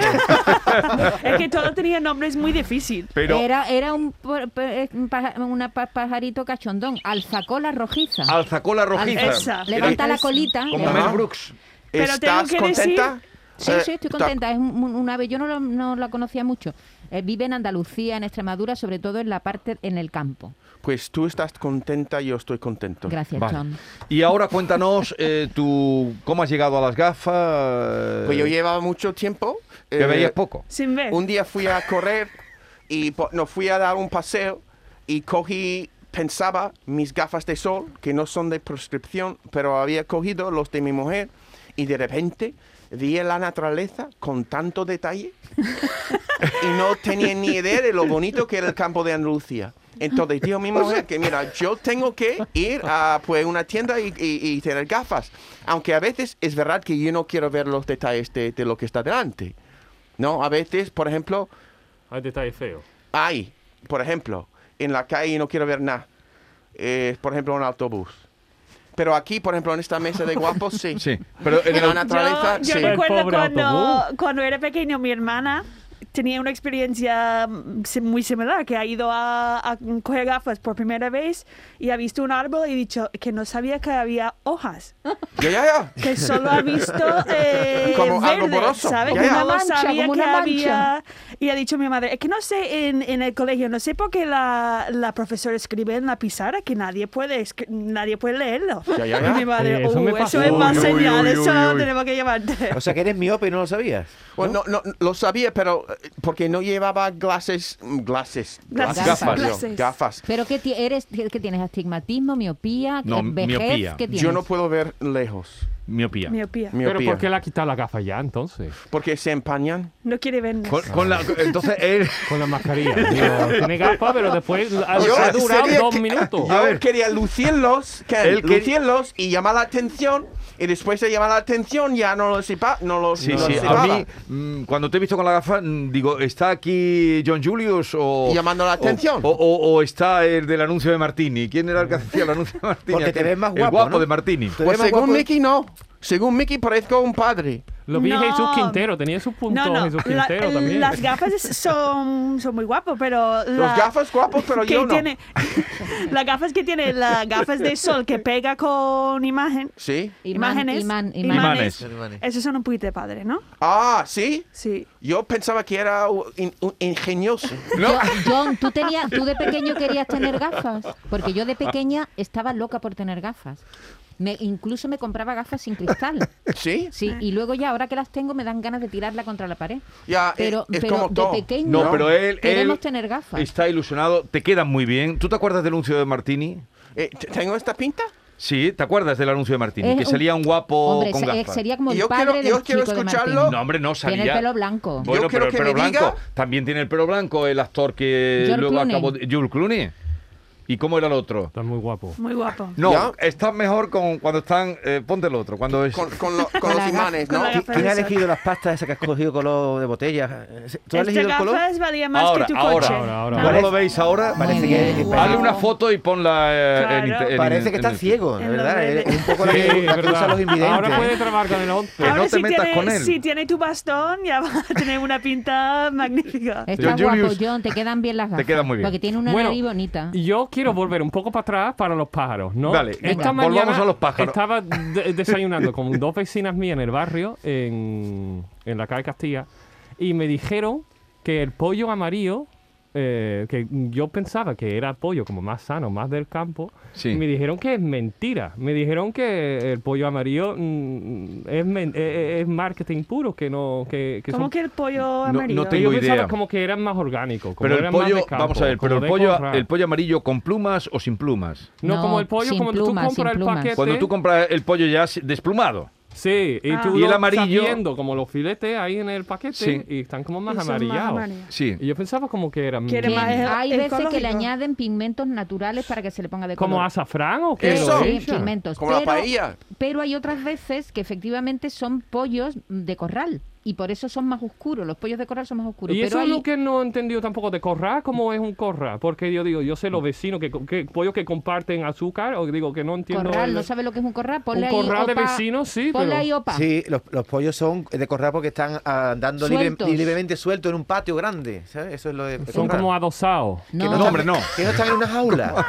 Speaker 5: Es que todo tenía nombres muy difíciles.
Speaker 4: Pero
Speaker 8: Era, era un, pa- pa- un paja- una pa- pajarito cachondón, alzacola rojiza.
Speaker 4: alzacola rojiza. Eh,
Speaker 5: Esa.
Speaker 8: Levanta
Speaker 5: Era-
Speaker 8: la colita.
Speaker 4: Como
Speaker 8: levanta-
Speaker 4: Mel Brooks.
Speaker 5: Pero tengo
Speaker 6: ¿Estás
Speaker 5: que decir-
Speaker 6: contenta?
Speaker 8: Sí,
Speaker 6: Eh,
Speaker 8: sí, estoy
Speaker 6: ta-
Speaker 8: contenta. Es un- un- una ave, yo no, lo- no la conocía mucho. Eh, vive en Andalucía, en Extremadura, sobre todo en la parte, en el campo.
Speaker 6: Pues tú estás contenta, yo estoy contento.
Speaker 8: Gracias,
Speaker 4: Vale.
Speaker 8: John.
Speaker 4: Y ahora cuéntanos eh, tú, cómo has llegado a las gafas.
Speaker 6: Pues yo llevaba mucho tiempo.
Speaker 4: Que
Speaker 6: eh,
Speaker 4: veías poco.
Speaker 5: Sin ver.
Speaker 6: Un día fui a correr y po- no fui a dar un paseo y cogí, pensaba, mis gafas de sol, que no son de prescripción, pero había cogido los de mi mujer y de repente vi la naturaleza con tanto detalle y no tenía ni idea de lo bonito que era el campo de Andalucía. Entonces dijo mi mujer que mira, yo tengo que ir a pues, una tienda y, y- y tener gafas. Aunque a veces es verdad que yo no quiero ver los detalles de, de lo que está delante. No, a veces, por ejemplo,
Speaker 3: Ahí te este está ahí feo.
Speaker 6: hay, por ejemplo, en la calle no quiero ver nada. Eh, por ejemplo, un autobús. Pero aquí, por ejemplo, en esta mesa de guapos, sí.
Speaker 4: Sí, pero en
Speaker 6: En la
Speaker 4: el-
Speaker 6: naturaleza,
Speaker 5: yo, yo
Speaker 6: sí.
Speaker 5: recuerdo
Speaker 3: Pobre
Speaker 5: cuando,
Speaker 3: autobús.
Speaker 5: cuando era pequeño, mi hermana tenía una experiencia mm, si- muy similar, que ha ido a, a coger gafas por primera vez y ha visto un árbol y dicho que no sabía que había hojas,
Speaker 6: Ya, ya, ya.
Speaker 5: que solo ha visto eh,
Speaker 6: Como algo
Speaker 5: verde,
Speaker 6: borroso.
Speaker 5: ¿sabes?
Speaker 6: Ya,
Speaker 5: Que
Speaker 6: ya.
Speaker 5: no
Speaker 8: Una mancha,
Speaker 5: sabía
Speaker 8: como
Speaker 5: que
Speaker 8: una
Speaker 5: había... Y ha dicho mi madre, es que no sé, en, en el colegio, no sé por qué la, la profesora escribe en la pizarra que nadie puede, escri- nadie puede leerlo.
Speaker 6: Ya, ya, ya.
Speaker 5: Y mi madre,
Speaker 3: Eh, eso
Speaker 5: "Uh,
Speaker 3: me
Speaker 5: eso,
Speaker 3: pasó".
Speaker 5: es más
Speaker 4: Uy, uy,
Speaker 5: señal,
Speaker 4: uy,
Speaker 5: eso
Speaker 4: uy, uy.
Speaker 5: tenemos que llevarte.
Speaker 7: O sea, que eres miope y no lo sabías.
Speaker 6: Bueno, Pues no, no, lo sabía, pero eh, porque no llevaba glases, mm, glases,
Speaker 5: Glasses.
Speaker 4: Gafas.
Speaker 6: yo,
Speaker 5: Glasses.
Speaker 6: gafas.
Speaker 8: ¿Pero qué ti- eres? ¿Qué tienes? ¿Astigmatismo, miopía,
Speaker 4: No,
Speaker 8: eh, vejez?
Speaker 4: miopía.
Speaker 8: ¿Qué tienes?
Speaker 6: Yo no puedo ver lejos,
Speaker 4: miopía.
Speaker 5: Miopía.
Speaker 3: Pero
Speaker 6: miopía,
Speaker 3: ¿por qué le ha quitado la gafa ya entonces?
Speaker 6: porque se empañan.
Speaker 5: No quiere vernos.
Speaker 4: Con- con la- entonces él.
Speaker 3: Con la mascarilla. Digo, tiene gafa, pero después ha, ha durado
Speaker 6: sería
Speaker 3: dos
Speaker 6: que-
Speaker 3: minutos.
Speaker 6: yo
Speaker 4: A ver.
Speaker 6: quería lucirlos, que,
Speaker 4: Él quería-
Speaker 6: lucirlos y llamar la atención. Y después de llamar la atención ya no los sepa, no los,
Speaker 4: Sí,
Speaker 6: no
Speaker 4: sí.
Speaker 6: los
Speaker 4: A
Speaker 6: llevaba.
Speaker 4: mí, mm, cuando te he visto con la gafa, mm, digo, ¿está aquí John Julius o.
Speaker 6: Llamando la
Speaker 4: o-
Speaker 6: atención.
Speaker 4: O, o- o está el del anuncio de Martini. ¿Quién era el que hacía el anuncio de Martini?
Speaker 7: Porque te
Speaker 4: Aquel-
Speaker 7: ves más
Speaker 4: El
Speaker 7: guapo,
Speaker 4: guapo
Speaker 7: ¿no?
Speaker 4: de Martini.
Speaker 7: Te-
Speaker 6: Pues
Speaker 7: más
Speaker 6: según
Speaker 7: guapo.
Speaker 6: Mickey no. Según Mickey parezco un padre.
Speaker 3: Lo vi
Speaker 5: No.
Speaker 3: Jesús Quintero, tenía sus puntos
Speaker 5: no, no.
Speaker 3: Jesús
Speaker 5: la-
Speaker 3: Quintero también.
Speaker 5: las gafas es- son, son muy guapos, pero.
Speaker 6: Los gafas guapos, pero yo no.
Speaker 5: tiene, Las gafas que tiene, las gafas de sol que pega con imagen.
Speaker 6: ¿Sí?
Speaker 8: Imán-
Speaker 5: imágenes.
Speaker 8: imán-
Speaker 4: Imanes.
Speaker 5: Esos son un poquito de padre, ¿no?
Speaker 6: Ah, ¿sí?
Speaker 5: Sí.
Speaker 6: Yo pensaba que era u- in- un ingenioso.
Speaker 4: No.
Speaker 8: Yo- John, ¿tú, tenías, tú de pequeño querías tener gafas, porque yo de pequeña estaba loca por tener gafas. Me, incluso me compraba gafas sin cristal.
Speaker 6: ¿Sí?
Speaker 8: Sí, y luego ya, ahora que las tengo, me dan ganas de tirarla contra la pared.
Speaker 6: Ya, eh,
Speaker 8: Pero,
Speaker 6: es
Speaker 8: pero
Speaker 6: como
Speaker 8: de
Speaker 6: todo. Eh,
Speaker 8: pequeño
Speaker 4: No, pero él,
Speaker 8: queremos
Speaker 4: él
Speaker 8: tener gafas.
Speaker 4: está ilusionado. Te quedan muy bien. ¿Tú te acuerdas del anuncio de Martini?
Speaker 6: Eh, t- ¿Tengo esta pinta?
Speaker 4: Sí, ¿te acuerdas del anuncio de Martini?
Speaker 8: Es
Speaker 4: que
Speaker 8: un-
Speaker 4: salía un guapo
Speaker 8: Hombre,
Speaker 4: con
Speaker 8: se- eh,
Speaker 4: gafas.
Speaker 8: sería como el
Speaker 6: Yo quiero-
Speaker 8: padre del
Speaker 6: yo quiero
Speaker 8: chico de
Speaker 6: escucharlo.
Speaker 8: Martín.
Speaker 4: No, hombre, no, salía.
Speaker 8: Tiene el pelo blanco.
Speaker 4: Bueno,
Speaker 6: quiero
Speaker 4: pero el
Speaker 6: que
Speaker 4: pelo
Speaker 6: me diga-
Speaker 4: blanco. También tiene el pelo blanco el actor que
Speaker 8: George
Speaker 4: luego
Speaker 8: Clooney.
Speaker 4: acabó. de- George Clooney. ¿Y cómo era el otro?
Speaker 3: Estás muy guapo.
Speaker 5: Muy guapo.
Speaker 4: No,
Speaker 6: ¿Ya?
Speaker 4: está mejor con cuando están. eh, ponte el otro. Cuando es.
Speaker 6: Con, con lo- con
Speaker 8: la
Speaker 6: los
Speaker 8: gafa-
Speaker 6: imanes,
Speaker 5: con
Speaker 6: ¿no?
Speaker 5: la
Speaker 7: ¿Qui-
Speaker 5: gafa
Speaker 7: ¿Quién ha
Speaker 5: de sol.
Speaker 7: elegido las pastas esas que has cogido color de botella? ¿Tú has
Speaker 5: Este
Speaker 7: elegido el color?
Speaker 5: gafas valía más
Speaker 4: Ahora,
Speaker 5: que tu
Speaker 4: ahora,
Speaker 5: coche.
Speaker 3: ahora, ahora.
Speaker 5: No,
Speaker 4: ¿Cómo lo veis ahora?
Speaker 7: Parece que, que-
Speaker 4: Hazle
Speaker 5: Wow.
Speaker 4: una foto y ponla eh,
Speaker 5: Claro.
Speaker 4: en, inter- en-
Speaker 7: parece que
Speaker 4: en-
Speaker 7: está
Speaker 4: en-
Speaker 7: ciego, de
Speaker 5: En los
Speaker 7: verdad.
Speaker 5: redes.
Speaker 7: Es un poco la que,
Speaker 3: Sí,
Speaker 7: la que
Speaker 3: verdad.
Speaker 7: usan los invidentes.
Speaker 3: Ahora puede trabajar con el 11.
Speaker 4: no
Speaker 5: Ahora
Speaker 4: te
Speaker 5: si
Speaker 4: metas
Speaker 5: tiene,
Speaker 4: con él.
Speaker 5: Si tiene tu bastón, ya va a tener una pinta magnífica.
Speaker 8: Estás
Speaker 4: John
Speaker 8: guapo,
Speaker 4: Julius.
Speaker 8: John, te quedan bien las gafas.
Speaker 4: quedan muy bien.
Speaker 8: Porque tiene una
Speaker 3: Bueno,
Speaker 8: nariz bonita.
Speaker 3: Yo quiero volver un poco para atrás para los pájaros, ¿no?
Speaker 4: Vale, venga, volvamos a los pájaros.
Speaker 3: Estaba de- desayunando con dos vecinas mías en el barrio, en, en la calle Castilla, y me dijeron que el pollo amarillo, eh, que yo pensaba que era pollo como más sano, más del campo,
Speaker 4: Sí.
Speaker 3: y me dijeron que es mentira. Me dijeron que el pollo amarillo mm, es, men- es- es marketing puro, que no... Que, que
Speaker 5: ¿Cómo
Speaker 3: son-
Speaker 5: que el pollo
Speaker 4: no
Speaker 5: amarillo?
Speaker 3: yo
Speaker 4: tengo-
Speaker 3: pensaba
Speaker 4: idea.
Speaker 3: como que eran más orgánicos. como
Speaker 4: Pero el
Speaker 3: eran más de
Speaker 4: pollo,
Speaker 3: campo,
Speaker 4: vamos a ver, pero
Speaker 3: como
Speaker 4: el
Speaker 3: de
Speaker 4: pollo,
Speaker 3: comprar.
Speaker 4: el pollo amarillo con plumas o sin plumas.
Speaker 3: No,
Speaker 8: No,
Speaker 3: como el pollo,
Speaker 8: sin
Speaker 3: como
Speaker 8: plumas,
Speaker 3: tú compras
Speaker 8: sin
Speaker 3: el
Speaker 8: plumas.
Speaker 3: paquete.
Speaker 4: Cuando tú compras el pollo ya si- desplumado.
Speaker 3: Sí, y
Speaker 5: Ah.
Speaker 3: tú
Speaker 4: Y el
Speaker 3: lo
Speaker 4: amarillo-
Speaker 3: estás viendo como los filetes ahí en el paquete
Speaker 4: Sí.
Speaker 3: y están como más
Speaker 5: Y son más
Speaker 3: amarillados.
Speaker 5: amarillos.
Speaker 4: Sí.
Speaker 3: Y yo pensaba como que eran
Speaker 5: Quiere
Speaker 8: Que
Speaker 3: mm,
Speaker 5: más el-
Speaker 8: hay veces que
Speaker 5: ecológico.
Speaker 8: le añaden pigmentos naturales para que se le ponga de color.
Speaker 3: como azafrán o qué.
Speaker 6: Eso.
Speaker 3: lo
Speaker 8: Sí,
Speaker 3: echan?
Speaker 8: pigmentos.
Speaker 6: Como la paella.
Speaker 8: pero hay otras veces que efectivamente son pollos de corral. y por eso son más oscuros, los pollos de corral son más oscuros.
Speaker 3: Y
Speaker 8: pero
Speaker 3: eso
Speaker 8: hay-
Speaker 3: es lo que no he entendido tampoco de corral, cómo es un corral. Porque yo digo, yo sé los vecinos que, que pollos que comparten azúcar, o digo que no entiendo.
Speaker 8: corral,
Speaker 3: el-
Speaker 8: ¿no sabes lo que es un corral? Ponle ahí
Speaker 3: corral de
Speaker 8: opa-
Speaker 3: vecinos, sí,
Speaker 8: Ponle
Speaker 3: pero-
Speaker 8: ahí opa.
Speaker 7: Sí, los, los pollos son de corral porque están ah, andando libre-
Speaker 8: Sueltos.
Speaker 7: libremente sueltos en un patio grande. ¿sabes? Eso es lo de.
Speaker 3: son
Speaker 7: corral.
Speaker 3: como adosados.
Speaker 7: Que
Speaker 8: No,
Speaker 4: No, hombre, no.
Speaker 7: Que no están en una jaula.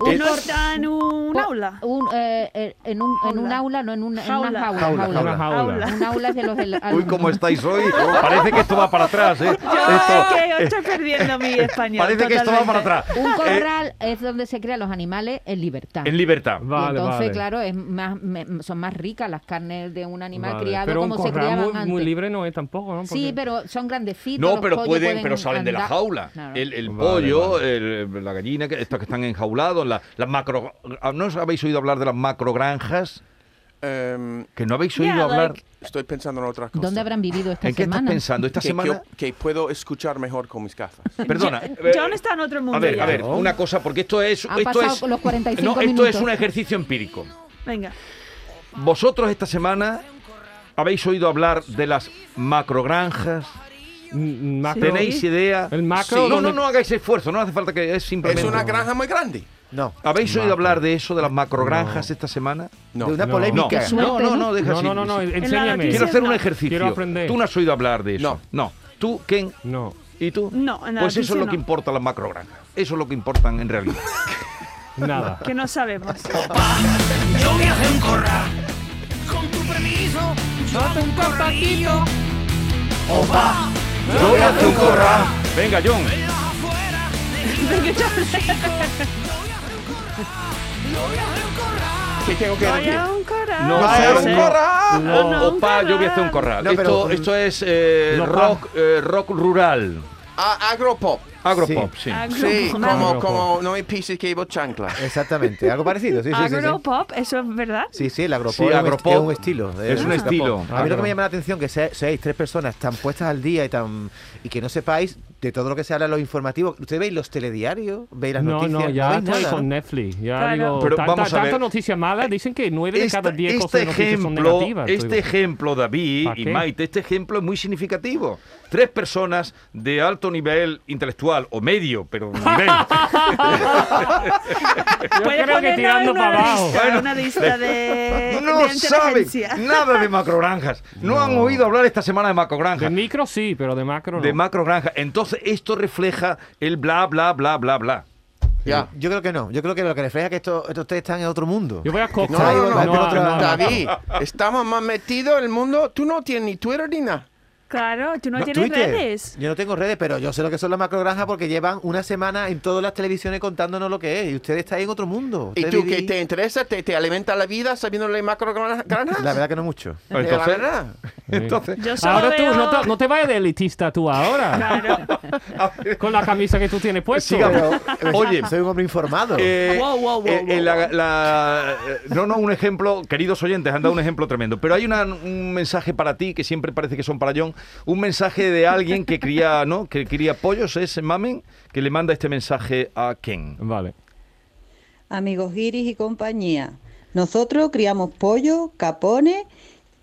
Speaker 8: Un
Speaker 5: no
Speaker 8: cor-
Speaker 5: está en un
Speaker 8: po-
Speaker 5: aula.
Speaker 8: un, eh, eh, en, un, en un aula, no en, una- en
Speaker 5: Jaula.
Speaker 8: una jaula.
Speaker 7: Jaula,
Speaker 8: jaula.
Speaker 3: Una jaula.
Speaker 5: Jaula.
Speaker 8: Un aula es de los del
Speaker 4: Uy, cómo estáis hoy. Parece que esto va para atrás, ¿eh?
Speaker 5: Yo
Speaker 4: Esto-
Speaker 5: que yo estoy perdiendo mi español.
Speaker 4: parece que esto va para
Speaker 5: totalmente.
Speaker 4: atrás.
Speaker 8: Un corral es donde se crean los animales en libertad.
Speaker 4: En libertad.
Speaker 8: Y
Speaker 3: Vale,
Speaker 8: entonces,
Speaker 3: vale.
Speaker 8: claro, es más, me- son más ricas las carnes de un animal
Speaker 3: Vale,
Speaker 8: criado
Speaker 3: pero
Speaker 8: como
Speaker 3: un
Speaker 8: se
Speaker 3: corral
Speaker 8: criaban
Speaker 3: muy,
Speaker 8: antes.
Speaker 3: muy libre no es tampoco, ¿no?
Speaker 8: Sí,
Speaker 3: Porque-
Speaker 8: pero son grandecitos.
Speaker 4: No,
Speaker 8: los
Speaker 4: pero
Speaker 8: pollos
Speaker 4: pueden, pero salen de la
Speaker 8: andar.
Speaker 4: jaula.
Speaker 8: Claro.
Speaker 4: El, el
Speaker 3: Vale,
Speaker 4: pollo, el- la gallina, que, estos que están enjaulados, la- las macro. ah, ¿No os habéis oído hablar de las macrogranjas?
Speaker 6: Em,
Speaker 4: Que no habéis oído
Speaker 5: Yeah,
Speaker 4: hablar.
Speaker 5: like,
Speaker 6: estoy pensando en otra cosa.
Speaker 8: ¿Dónde habrán vivido esta
Speaker 4: ¿En qué estás
Speaker 8: semana?
Speaker 4: pensando? Esta
Speaker 6: que,
Speaker 4: semana.
Speaker 6: que- que puedo escuchar mejor con mis gafas.
Speaker 4: Perdona. eh,
Speaker 5: John está en otro mundo.
Speaker 4: A ver,
Speaker 5: ya.
Speaker 4: a ver, una cosa, porque esto es.
Speaker 8: Han
Speaker 4: esto
Speaker 8: pasado
Speaker 4: es
Speaker 8: los 45
Speaker 4: no, esto es
Speaker 8: minutos.
Speaker 4: un ejercicio empírico.
Speaker 5: Venga.
Speaker 4: Vosotros esta semana habéis oído hablar de las macrogranjas.
Speaker 3: Mm, macro-
Speaker 4: ¿Tenéis idea?
Speaker 3: El macro,
Speaker 4: No, no,
Speaker 3: donde-
Speaker 4: no hagáis esfuerzo, no hace falta que es simplemente.
Speaker 6: Es una granja muy grande.
Speaker 7: No.
Speaker 4: ¿Habéis oído hablar de eso, de las macrogranjas esta semana?
Speaker 6: No.
Speaker 7: De una
Speaker 3: No.
Speaker 7: polémica.
Speaker 8: Qué
Speaker 4: No,
Speaker 8: suerte,
Speaker 4: no,
Speaker 8: ¿no?
Speaker 4: no, deja
Speaker 3: No,
Speaker 4: así.
Speaker 3: no, no, no,
Speaker 5: la
Speaker 3: enséñame.
Speaker 5: noticia-
Speaker 4: Quiero hacer un
Speaker 5: No.
Speaker 4: ejercicio.
Speaker 3: Quiero aprender.
Speaker 4: Tú no has oído hablar de eso. No. ¿Tú, Ken?
Speaker 3: No.
Speaker 4: ¿Y tú?
Speaker 5: No, en la
Speaker 4: Pues eso
Speaker 5: noticia
Speaker 4: es lo que
Speaker 5: no.
Speaker 4: importa las macrogranjas. Eso es lo que importan en realidad.
Speaker 3: Nada.
Speaker 5: Que no sabemos.
Speaker 9: Yo viaje en corra, con tu permiso, yo hago un corralillo. Opa,
Speaker 4: Yo voy a hacer un corral. Venga, John.
Speaker 9: afuera,
Speaker 6: ¿Qué tengo que decir?
Speaker 5: Vaya un coral.
Speaker 3: No,
Speaker 4: ¡Va a hacer un
Speaker 3: no.
Speaker 4: corral!
Speaker 3: No,
Speaker 5: no, un
Speaker 4: Oh, Opa, yo voy a hacer un
Speaker 5: corral.
Speaker 4: corral.
Speaker 7: No, pero-
Speaker 4: esto, esto es eh,
Speaker 3: No,
Speaker 4: rock, eh, rock rural.
Speaker 6: A- Ah, agropop.
Speaker 4: Agropop, sí.
Speaker 5: Agro-
Speaker 6: Sí,
Speaker 3: Agropop.
Speaker 6: como, como no me pises que llevo chancla.
Speaker 7: Exactamente. Algo parecido. Sí, sí, sí, sí.
Speaker 5: Agropop, eso es verdad.
Speaker 7: Sí, sí, el agropop,
Speaker 4: Sí,
Speaker 7: es un-
Speaker 4: agropop.
Speaker 7: es un estilo. ¿eh?
Speaker 4: Es un estilo.
Speaker 7: A mí lo que me llama la atención que sea- seáis tres personas tan puestas al día y tan y que no sepáis de todo lo que se habla en los informativos. ¿Ustedes veis los telediarios? ¿Veis las
Speaker 3: No,
Speaker 7: noticias?
Speaker 3: no, ya
Speaker 7: veis
Speaker 3: estoy
Speaker 7: nada,
Speaker 3: con
Speaker 7: ¿no?
Speaker 3: Netflix. Ya
Speaker 5: Claro.
Speaker 3: digo,
Speaker 4: Pero
Speaker 3: tanta,
Speaker 4: vamos a ver.
Speaker 3: tanta noticia mala, dicen que 9 de cada 10
Speaker 4: Esta-
Speaker 3: cosas de
Speaker 4: este
Speaker 3: noticias son negativas.
Speaker 4: este
Speaker 3: digo.
Speaker 4: ejemplo, David
Speaker 3: ¿Pa
Speaker 4: y
Speaker 3: qué?
Speaker 4: Maite, este ejemplo es muy significativo. Tres personas de alto nivel intelectual, o medio, pero nivel.
Speaker 3: Yo
Speaker 5: Puedes
Speaker 3: creo que
Speaker 5: ponernos
Speaker 3: tirando
Speaker 5: una
Speaker 3: para abajo.
Speaker 5: lista,
Speaker 4: Bueno,
Speaker 5: una lista de,
Speaker 4: no
Speaker 5: de
Speaker 4: saben
Speaker 5: inteligencia.
Speaker 4: nada de macrogranjas. No, han oído hablar esta semana de
Speaker 3: De
Speaker 4: macrogranjas.
Speaker 3: micro sí, pero de macro no.
Speaker 4: De macrogranjas. Entonces, esto refleja el bla, bla, bla, bla, bla.
Speaker 6: Ya.
Speaker 7: Yo creo que no. Yo creo que lo que refleja es que estos, estos tres están en otro mundo.
Speaker 3: Yo voy a Costco.
Speaker 6: No, no, no,
Speaker 7: no, no, no, no.
Speaker 6: David, estamos más metidos en el mundo. Tú no tienes ni Twitter ni nada.
Speaker 5: Claro, tú no,
Speaker 7: No,
Speaker 5: tienes
Speaker 7: Twitter.
Speaker 5: redes.
Speaker 7: Yo no tengo redes, pero yo sé lo que son las macrogranjas porque llevan una semana en todas las televisiones contándonos lo que es. Y ustedes estáis en otro mundo.
Speaker 6: ¿Y
Speaker 7: Ustedes
Speaker 6: tú que
Speaker 7: vivís-
Speaker 6: te interesa? ¿Te, te alimenta la vida sabiendo la macro
Speaker 7: La verdad que no mucho.
Speaker 6: la verdad.
Speaker 4: entonces
Speaker 5: Yo solo
Speaker 3: Ahora tú,
Speaker 5: veo-
Speaker 3: no te, no te vayas de elitista tú ahora.
Speaker 5: Claro.
Speaker 3: con la camisa que tú tienes puesta.
Speaker 7: Pero,
Speaker 4: Oye.
Speaker 7: soy un hombre informado.
Speaker 4: Eh,
Speaker 5: Wow, wow, wow,
Speaker 4: eh, eh,
Speaker 5: wow,
Speaker 4: la- la- eh, no, no, un ejemplo, queridos oyentes, han dado un ejemplo tremendo. Pero hay una- un mensaje para ti, que siempre parece que son para John, un mensaje de alguien que cría, ¿no? Que cría pollos, es Mamen, que le manda este mensaje a Ken.
Speaker 3: Vale.
Speaker 10: amigos giris y compañía. Nosotros criamos pollo, capones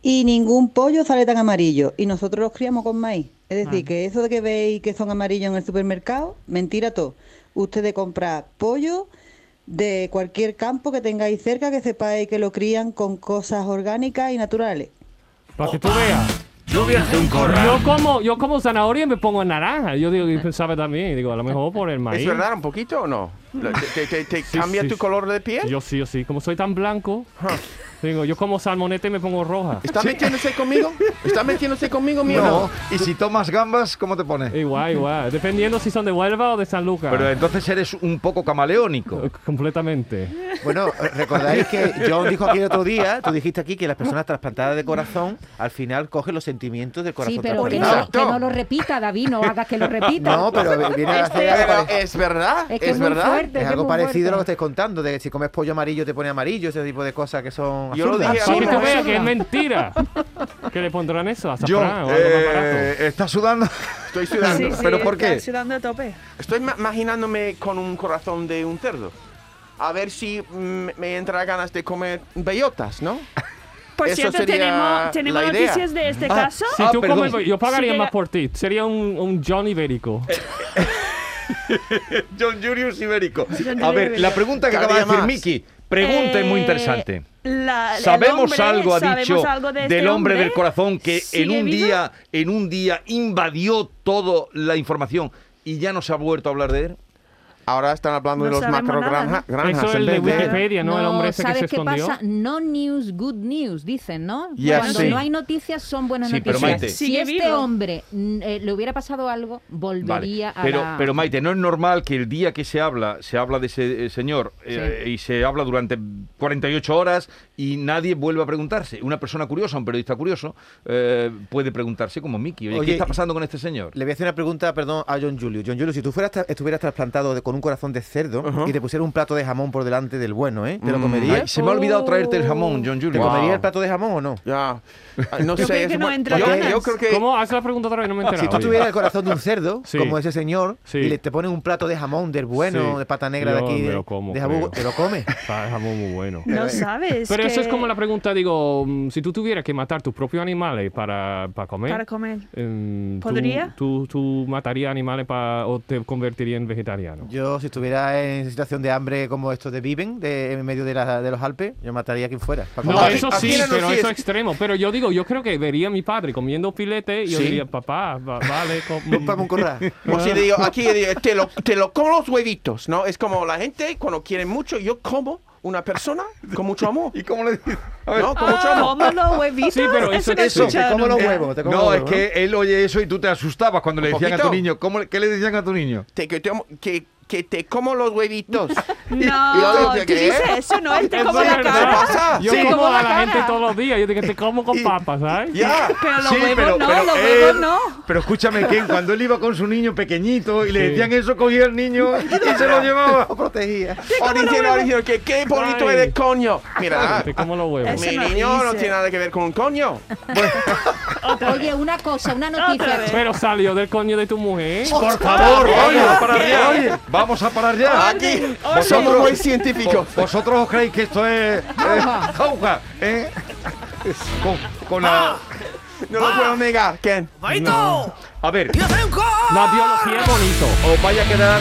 Speaker 10: y ningún pollo sale tan amarillo. Y nosotros los criamos con maíz. Es decir, que eso de que veis que son amarillos en el supermercado, mentira todo. Ustedes compran pollo de cualquier campo que tengáis cerca que sepáis que lo crían con cosas orgánicas y naturales.
Speaker 3: Para que tú veas.
Speaker 9: yo voy a hacer un corral.
Speaker 3: Yo como, yo como zanahoria y me pongo en naranja. Yo digo, y pensaba también, digo, a lo mejor por el maíz.
Speaker 6: ¿Es verdad un poquito o no? La- ¿Te, te- te
Speaker 3: Sí,
Speaker 6: cambia
Speaker 3: sí,
Speaker 6: tu
Speaker 3: sí.
Speaker 6: color de piel?
Speaker 3: Yo sí, yo sí. Como soy tan blanco, digo, yo como salmonete y me pongo roja.
Speaker 6: ¿Está metiéndose conmigo? ¿Está metiéndose conmigo, mío?
Speaker 4: Bueno, y si tomas gambas, ¿cómo te pones?
Speaker 3: Igual, igual. Dependiendo si son de Huelva o de San Lucas.
Speaker 4: Pero entonces eres un poco camaleónico.
Speaker 3: Completamente.
Speaker 7: Bueno, recordáis que John dijo aquí el otro día, tú dijiste aquí que las personas trasplantadas de corazón al final cogen los sentimientos del corazón
Speaker 8: Sí, pero que
Speaker 7: trasplantado.
Speaker 8: no,
Speaker 6: Exacto.
Speaker 8: que no lo repita, David, no hagas que lo repita.
Speaker 7: No, pero viene a hacer algo
Speaker 6: Pero
Speaker 7: parecido.
Speaker 6: es verdad,
Speaker 8: es
Speaker 6: es,
Speaker 8: que es, muy
Speaker 6: verdad.
Speaker 8: fuerte.
Speaker 7: Es
Speaker 8: que
Speaker 7: algo
Speaker 8: muy
Speaker 7: parecido a lo que
Speaker 8: fuerte.
Speaker 7: estáis contando, de que si comes pollo amarillo te pone amarillo, ese tipo de cosas que son
Speaker 6: Yo lo
Speaker 7: absurdas.
Speaker 6: dije
Speaker 3: Para que tú
Speaker 6: Absurda,
Speaker 3: veas
Speaker 8: absurda.
Speaker 3: que es mentira. que le pondrán eso?
Speaker 4: John,
Speaker 3: ¿Azafrán o algo más
Speaker 4: eh,
Speaker 3: barato?
Speaker 4: ¿estás sudando?
Speaker 6: Estoy sudando.
Speaker 5: Sí, sí,
Speaker 4: ¿Pero por
Speaker 5: está
Speaker 4: qué?
Speaker 5: sudando a tope.
Speaker 6: Estoy ma- imaginándome con un corazón de un cerdo. A ver si mm, me entra ganas de comer bellotas, ¿no?
Speaker 5: Por
Speaker 6: Eso
Speaker 5: cierto,
Speaker 6: sería
Speaker 5: tenemos, tenemos
Speaker 6: la idea.
Speaker 5: noticias de este
Speaker 6: Ah,
Speaker 5: caso.
Speaker 3: Si tú
Speaker 6: perdón.
Speaker 3: comes- yo pagaría
Speaker 5: Sí,
Speaker 3: más por ti. Sería un, un John Ibérico.
Speaker 4: John Julius Ibérico.
Speaker 5: John
Speaker 4: A
Speaker 5: Julius
Speaker 4: ver, la
Speaker 5: Ibérico.
Speaker 4: pregunta que
Speaker 6: Cada
Speaker 4: acaba de
Speaker 6: día
Speaker 4: decir
Speaker 6: más.
Speaker 4: Miki, pregunta es muy
Speaker 5: Eh,
Speaker 4: interesante.
Speaker 5: la- el
Speaker 4: Sabemos
Speaker 5: hombre-
Speaker 4: algo, ha
Speaker 5: sabemos
Speaker 4: dicho,
Speaker 5: algo de este
Speaker 4: del hombre,
Speaker 5: hombre?
Speaker 4: del corazón que en
Speaker 5: ¿Sigue
Speaker 4: un
Speaker 5: vivo?
Speaker 4: día, en un día invadió toda la información y ya no se ha vuelto a hablar de él.
Speaker 6: Ahora están
Speaker 5: No
Speaker 6: hablando de los
Speaker 5: sabemos
Speaker 6: macro
Speaker 5: nada,
Speaker 6: granja-
Speaker 5: ¿no?
Speaker 6: granjas.
Speaker 3: Eso es
Speaker 6: en
Speaker 3: el de
Speaker 6: vez de-
Speaker 3: Wikipedia, ¿no? El hombre ese que
Speaker 8: ¿sabes
Speaker 3: se
Speaker 8: qué
Speaker 3: escondió.
Speaker 8: pasa? No news, good news, dicen, ¿no?
Speaker 6: Ya,
Speaker 8: Cuando
Speaker 6: sí.
Speaker 8: no hay noticias, son buenas
Speaker 4: Sí, pero
Speaker 8: noticias.
Speaker 4: Maite-
Speaker 8: Si
Speaker 5: Sigue
Speaker 8: este
Speaker 5: vivo.
Speaker 8: hombre mm, eh, le hubiera pasado algo,
Speaker 4: Vale.
Speaker 8: volvería a
Speaker 4: Pero,
Speaker 8: la...
Speaker 4: pero Maite, no es normal que el día que se habla, se habla de ese eh, señor eh, y se habla durante 48 horas y nadie vuelve a preguntarse. Una persona curiosa, un periodista curioso, eh, puede preguntarse como Miki, oye,
Speaker 7: Oye,
Speaker 4: ¿qué está pasando con este señor?
Speaker 7: Le voy a hacer una pregunta, perdón, a John Julio. John Julio, si tú fueras tra- estuvieras trasplantado de- con un corazón de cerdo y te pusiera un plato de jamón por delante del bueno, ¿eh? ¿Te lo
Speaker 6: Mm.
Speaker 7: comerías?
Speaker 4: Ay, se me ha olvidado traerte el jamón, John
Speaker 7: ¿Te
Speaker 4: Julio.
Speaker 6: Wow.
Speaker 7: comerías el plato de jamón o no?
Speaker 6: Ya. Ah, No
Speaker 5: Yo
Speaker 6: sé.
Speaker 5: creo
Speaker 6: es
Speaker 5: que no
Speaker 6: buen-
Speaker 5: entra
Speaker 6: yo,
Speaker 5: ganas.
Speaker 6: yo creo que.
Speaker 3: ¿Cómo? Haz la pregunta otra vez, no me he enterado.
Speaker 7: Si tú tuvieras el corazón de un cerdo,
Speaker 3: Sí.
Speaker 7: como ese señor,
Speaker 3: Sí.
Speaker 7: y le, te ponen un plato de jamón del bueno,
Speaker 3: Sí.
Speaker 7: de pata negra de
Speaker 3: Yo
Speaker 7: aquí,
Speaker 3: me
Speaker 7: de,
Speaker 3: lo como,
Speaker 7: de Jabugo,
Speaker 3: creo.
Speaker 7: te lo comes.
Speaker 3: Está el jamón muy bueno.
Speaker 5: No sabes.
Speaker 3: Pero eso es
Speaker 5: que-
Speaker 3: como la pregunta, digo, mm, si tú tuvieras que matar tus propios animales para, para comer,
Speaker 5: Para comer.
Speaker 3: em, tú-
Speaker 5: ¿Podría?
Speaker 3: Tú, tú matarías animales para, o te convertirías en vegetariano?
Speaker 7: Yo, si estuviera en situación de hambre como estos de Viven, de, en medio de, la- de los Alpes, yo mataría a quien fuera. pa'
Speaker 3: No,
Speaker 7: comer.
Speaker 3: eso sí,
Speaker 6: aquí no nos
Speaker 3: pero
Speaker 6: sigue-
Speaker 3: eso es extremo. Pero yo digo, yo creo que vería a mi padre comiendo filete y yo
Speaker 6: Sí.
Speaker 3: diría, papá, va- vale, com-
Speaker 7: Pam, un corral.
Speaker 6: O si digo, aquí digo, te lo, te lo como los huevitos, ¿no? Es como la gente cuando quiere mucho, yo como una persona con mucho amor.
Speaker 4: ¿Y cómo le dices? A ver,
Speaker 6: ¿No? Con mucho
Speaker 5: Ah,
Speaker 6: amor.
Speaker 5: ¿Cómo los huevitos?
Speaker 3: Sí,
Speaker 5: no
Speaker 3: pero eso-
Speaker 5: he
Speaker 3: eso,
Speaker 7: te
Speaker 5: escuchado
Speaker 7: como los
Speaker 5: nunca.
Speaker 7: huevos, te como los
Speaker 4: No, es
Speaker 7: huevos,
Speaker 4: que él oye eso y tú te asustabas cuando le
Speaker 6: Un
Speaker 4: decían a tu
Speaker 6: poquito.
Speaker 4: niño. ¿Cómo, le- ¿Qué le decían a tu niño?
Speaker 6: Te- que, te, que, que te como los huevitos.
Speaker 5: No, tú dices eso, no es te como la
Speaker 3: verdad.
Speaker 5: cara.
Speaker 6: pasa?
Speaker 3: Yo
Speaker 5: Sí,
Speaker 3: como
Speaker 5: como
Speaker 3: a
Speaker 5: la
Speaker 3: la
Speaker 5: cara.
Speaker 3: gente todos los días. Yo digo, te como con papas, ¿sabes?
Speaker 6: Ya.
Speaker 5: Pero los
Speaker 4: Sí,
Speaker 5: huevos
Speaker 4: pero-
Speaker 5: no,
Speaker 4: pero
Speaker 5: los
Speaker 4: él-
Speaker 5: huevos no.
Speaker 4: Pero escúchame, Ken, cuando él iba con su niño pequeñito y le
Speaker 3: Sí.
Speaker 4: decían eso, cogía el niño y se lo llevaba.
Speaker 7: Lo protegía.
Speaker 6: O diciendo, diciendo que qué bonito
Speaker 3: Ay.
Speaker 6: eres, coño. Mira, ah,
Speaker 3: Te como los huevos.
Speaker 5: Eso
Speaker 6: mi
Speaker 5: no
Speaker 6: niño no
Speaker 5: dice.
Speaker 6: tiene nada que ver con un coño.
Speaker 8: Oye, una cosa, una
Speaker 5: Otra vez.
Speaker 8: noticia.
Speaker 3: Pero salió del coño de tu mujer.
Speaker 4: Por favor, vamos a parar ya.
Speaker 6: Oye.
Speaker 4: Oye, vamos a parar ya.
Speaker 6: Aquí
Speaker 5: oye.
Speaker 6: somos muy
Speaker 4: Vo-
Speaker 6: científicos.
Speaker 4: ¿Vosotros os creéis que esto es eh, jauja? ¿eh? Con, con
Speaker 5: Ah.
Speaker 4: la-
Speaker 6: No lo puedo negar, Ken.
Speaker 9: ¡Maito!
Speaker 4: A ver,
Speaker 9: ¡Yo soy un cor!
Speaker 3: La biología es bonito.
Speaker 4: os vais a quedar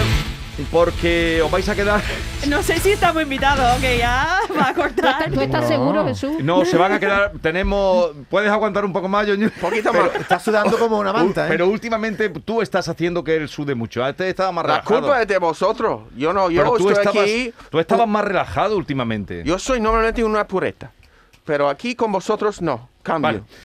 Speaker 4: porque os vais a quedar.
Speaker 5: No sé si estamos invitados, que ya va a cortar.
Speaker 8: ¿Tú estás
Speaker 3: No.
Speaker 8: seguro, Jesús?
Speaker 4: No, se van a quedar. Tenemos. Puedes aguantar un poco más, Joño.
Speaker 6: Poquito más.
Speaker 7: Está sudando como una
Speaker 4: Uh,
Speaker 7: manta, ¿eh?
Speaker 4: Pero últimamente tú estás haciendo que él sude mucho. Antes estaba más
Speaker 6: La
Speaker 4: relajado.
Speaker 6: culpa es de vosotros. Yo no, yo
Speaker 4: Pero tú
Speaker 6: estoy
Speaker 4: estabas,
Speaker 6: aquí.
Speaker 4: tú estabas más relajado últimamente.
Speaker 6: Yo soy normalmente una pureta. Pero aquí con vosotros no. Cambio.
Speaker 4: Vale.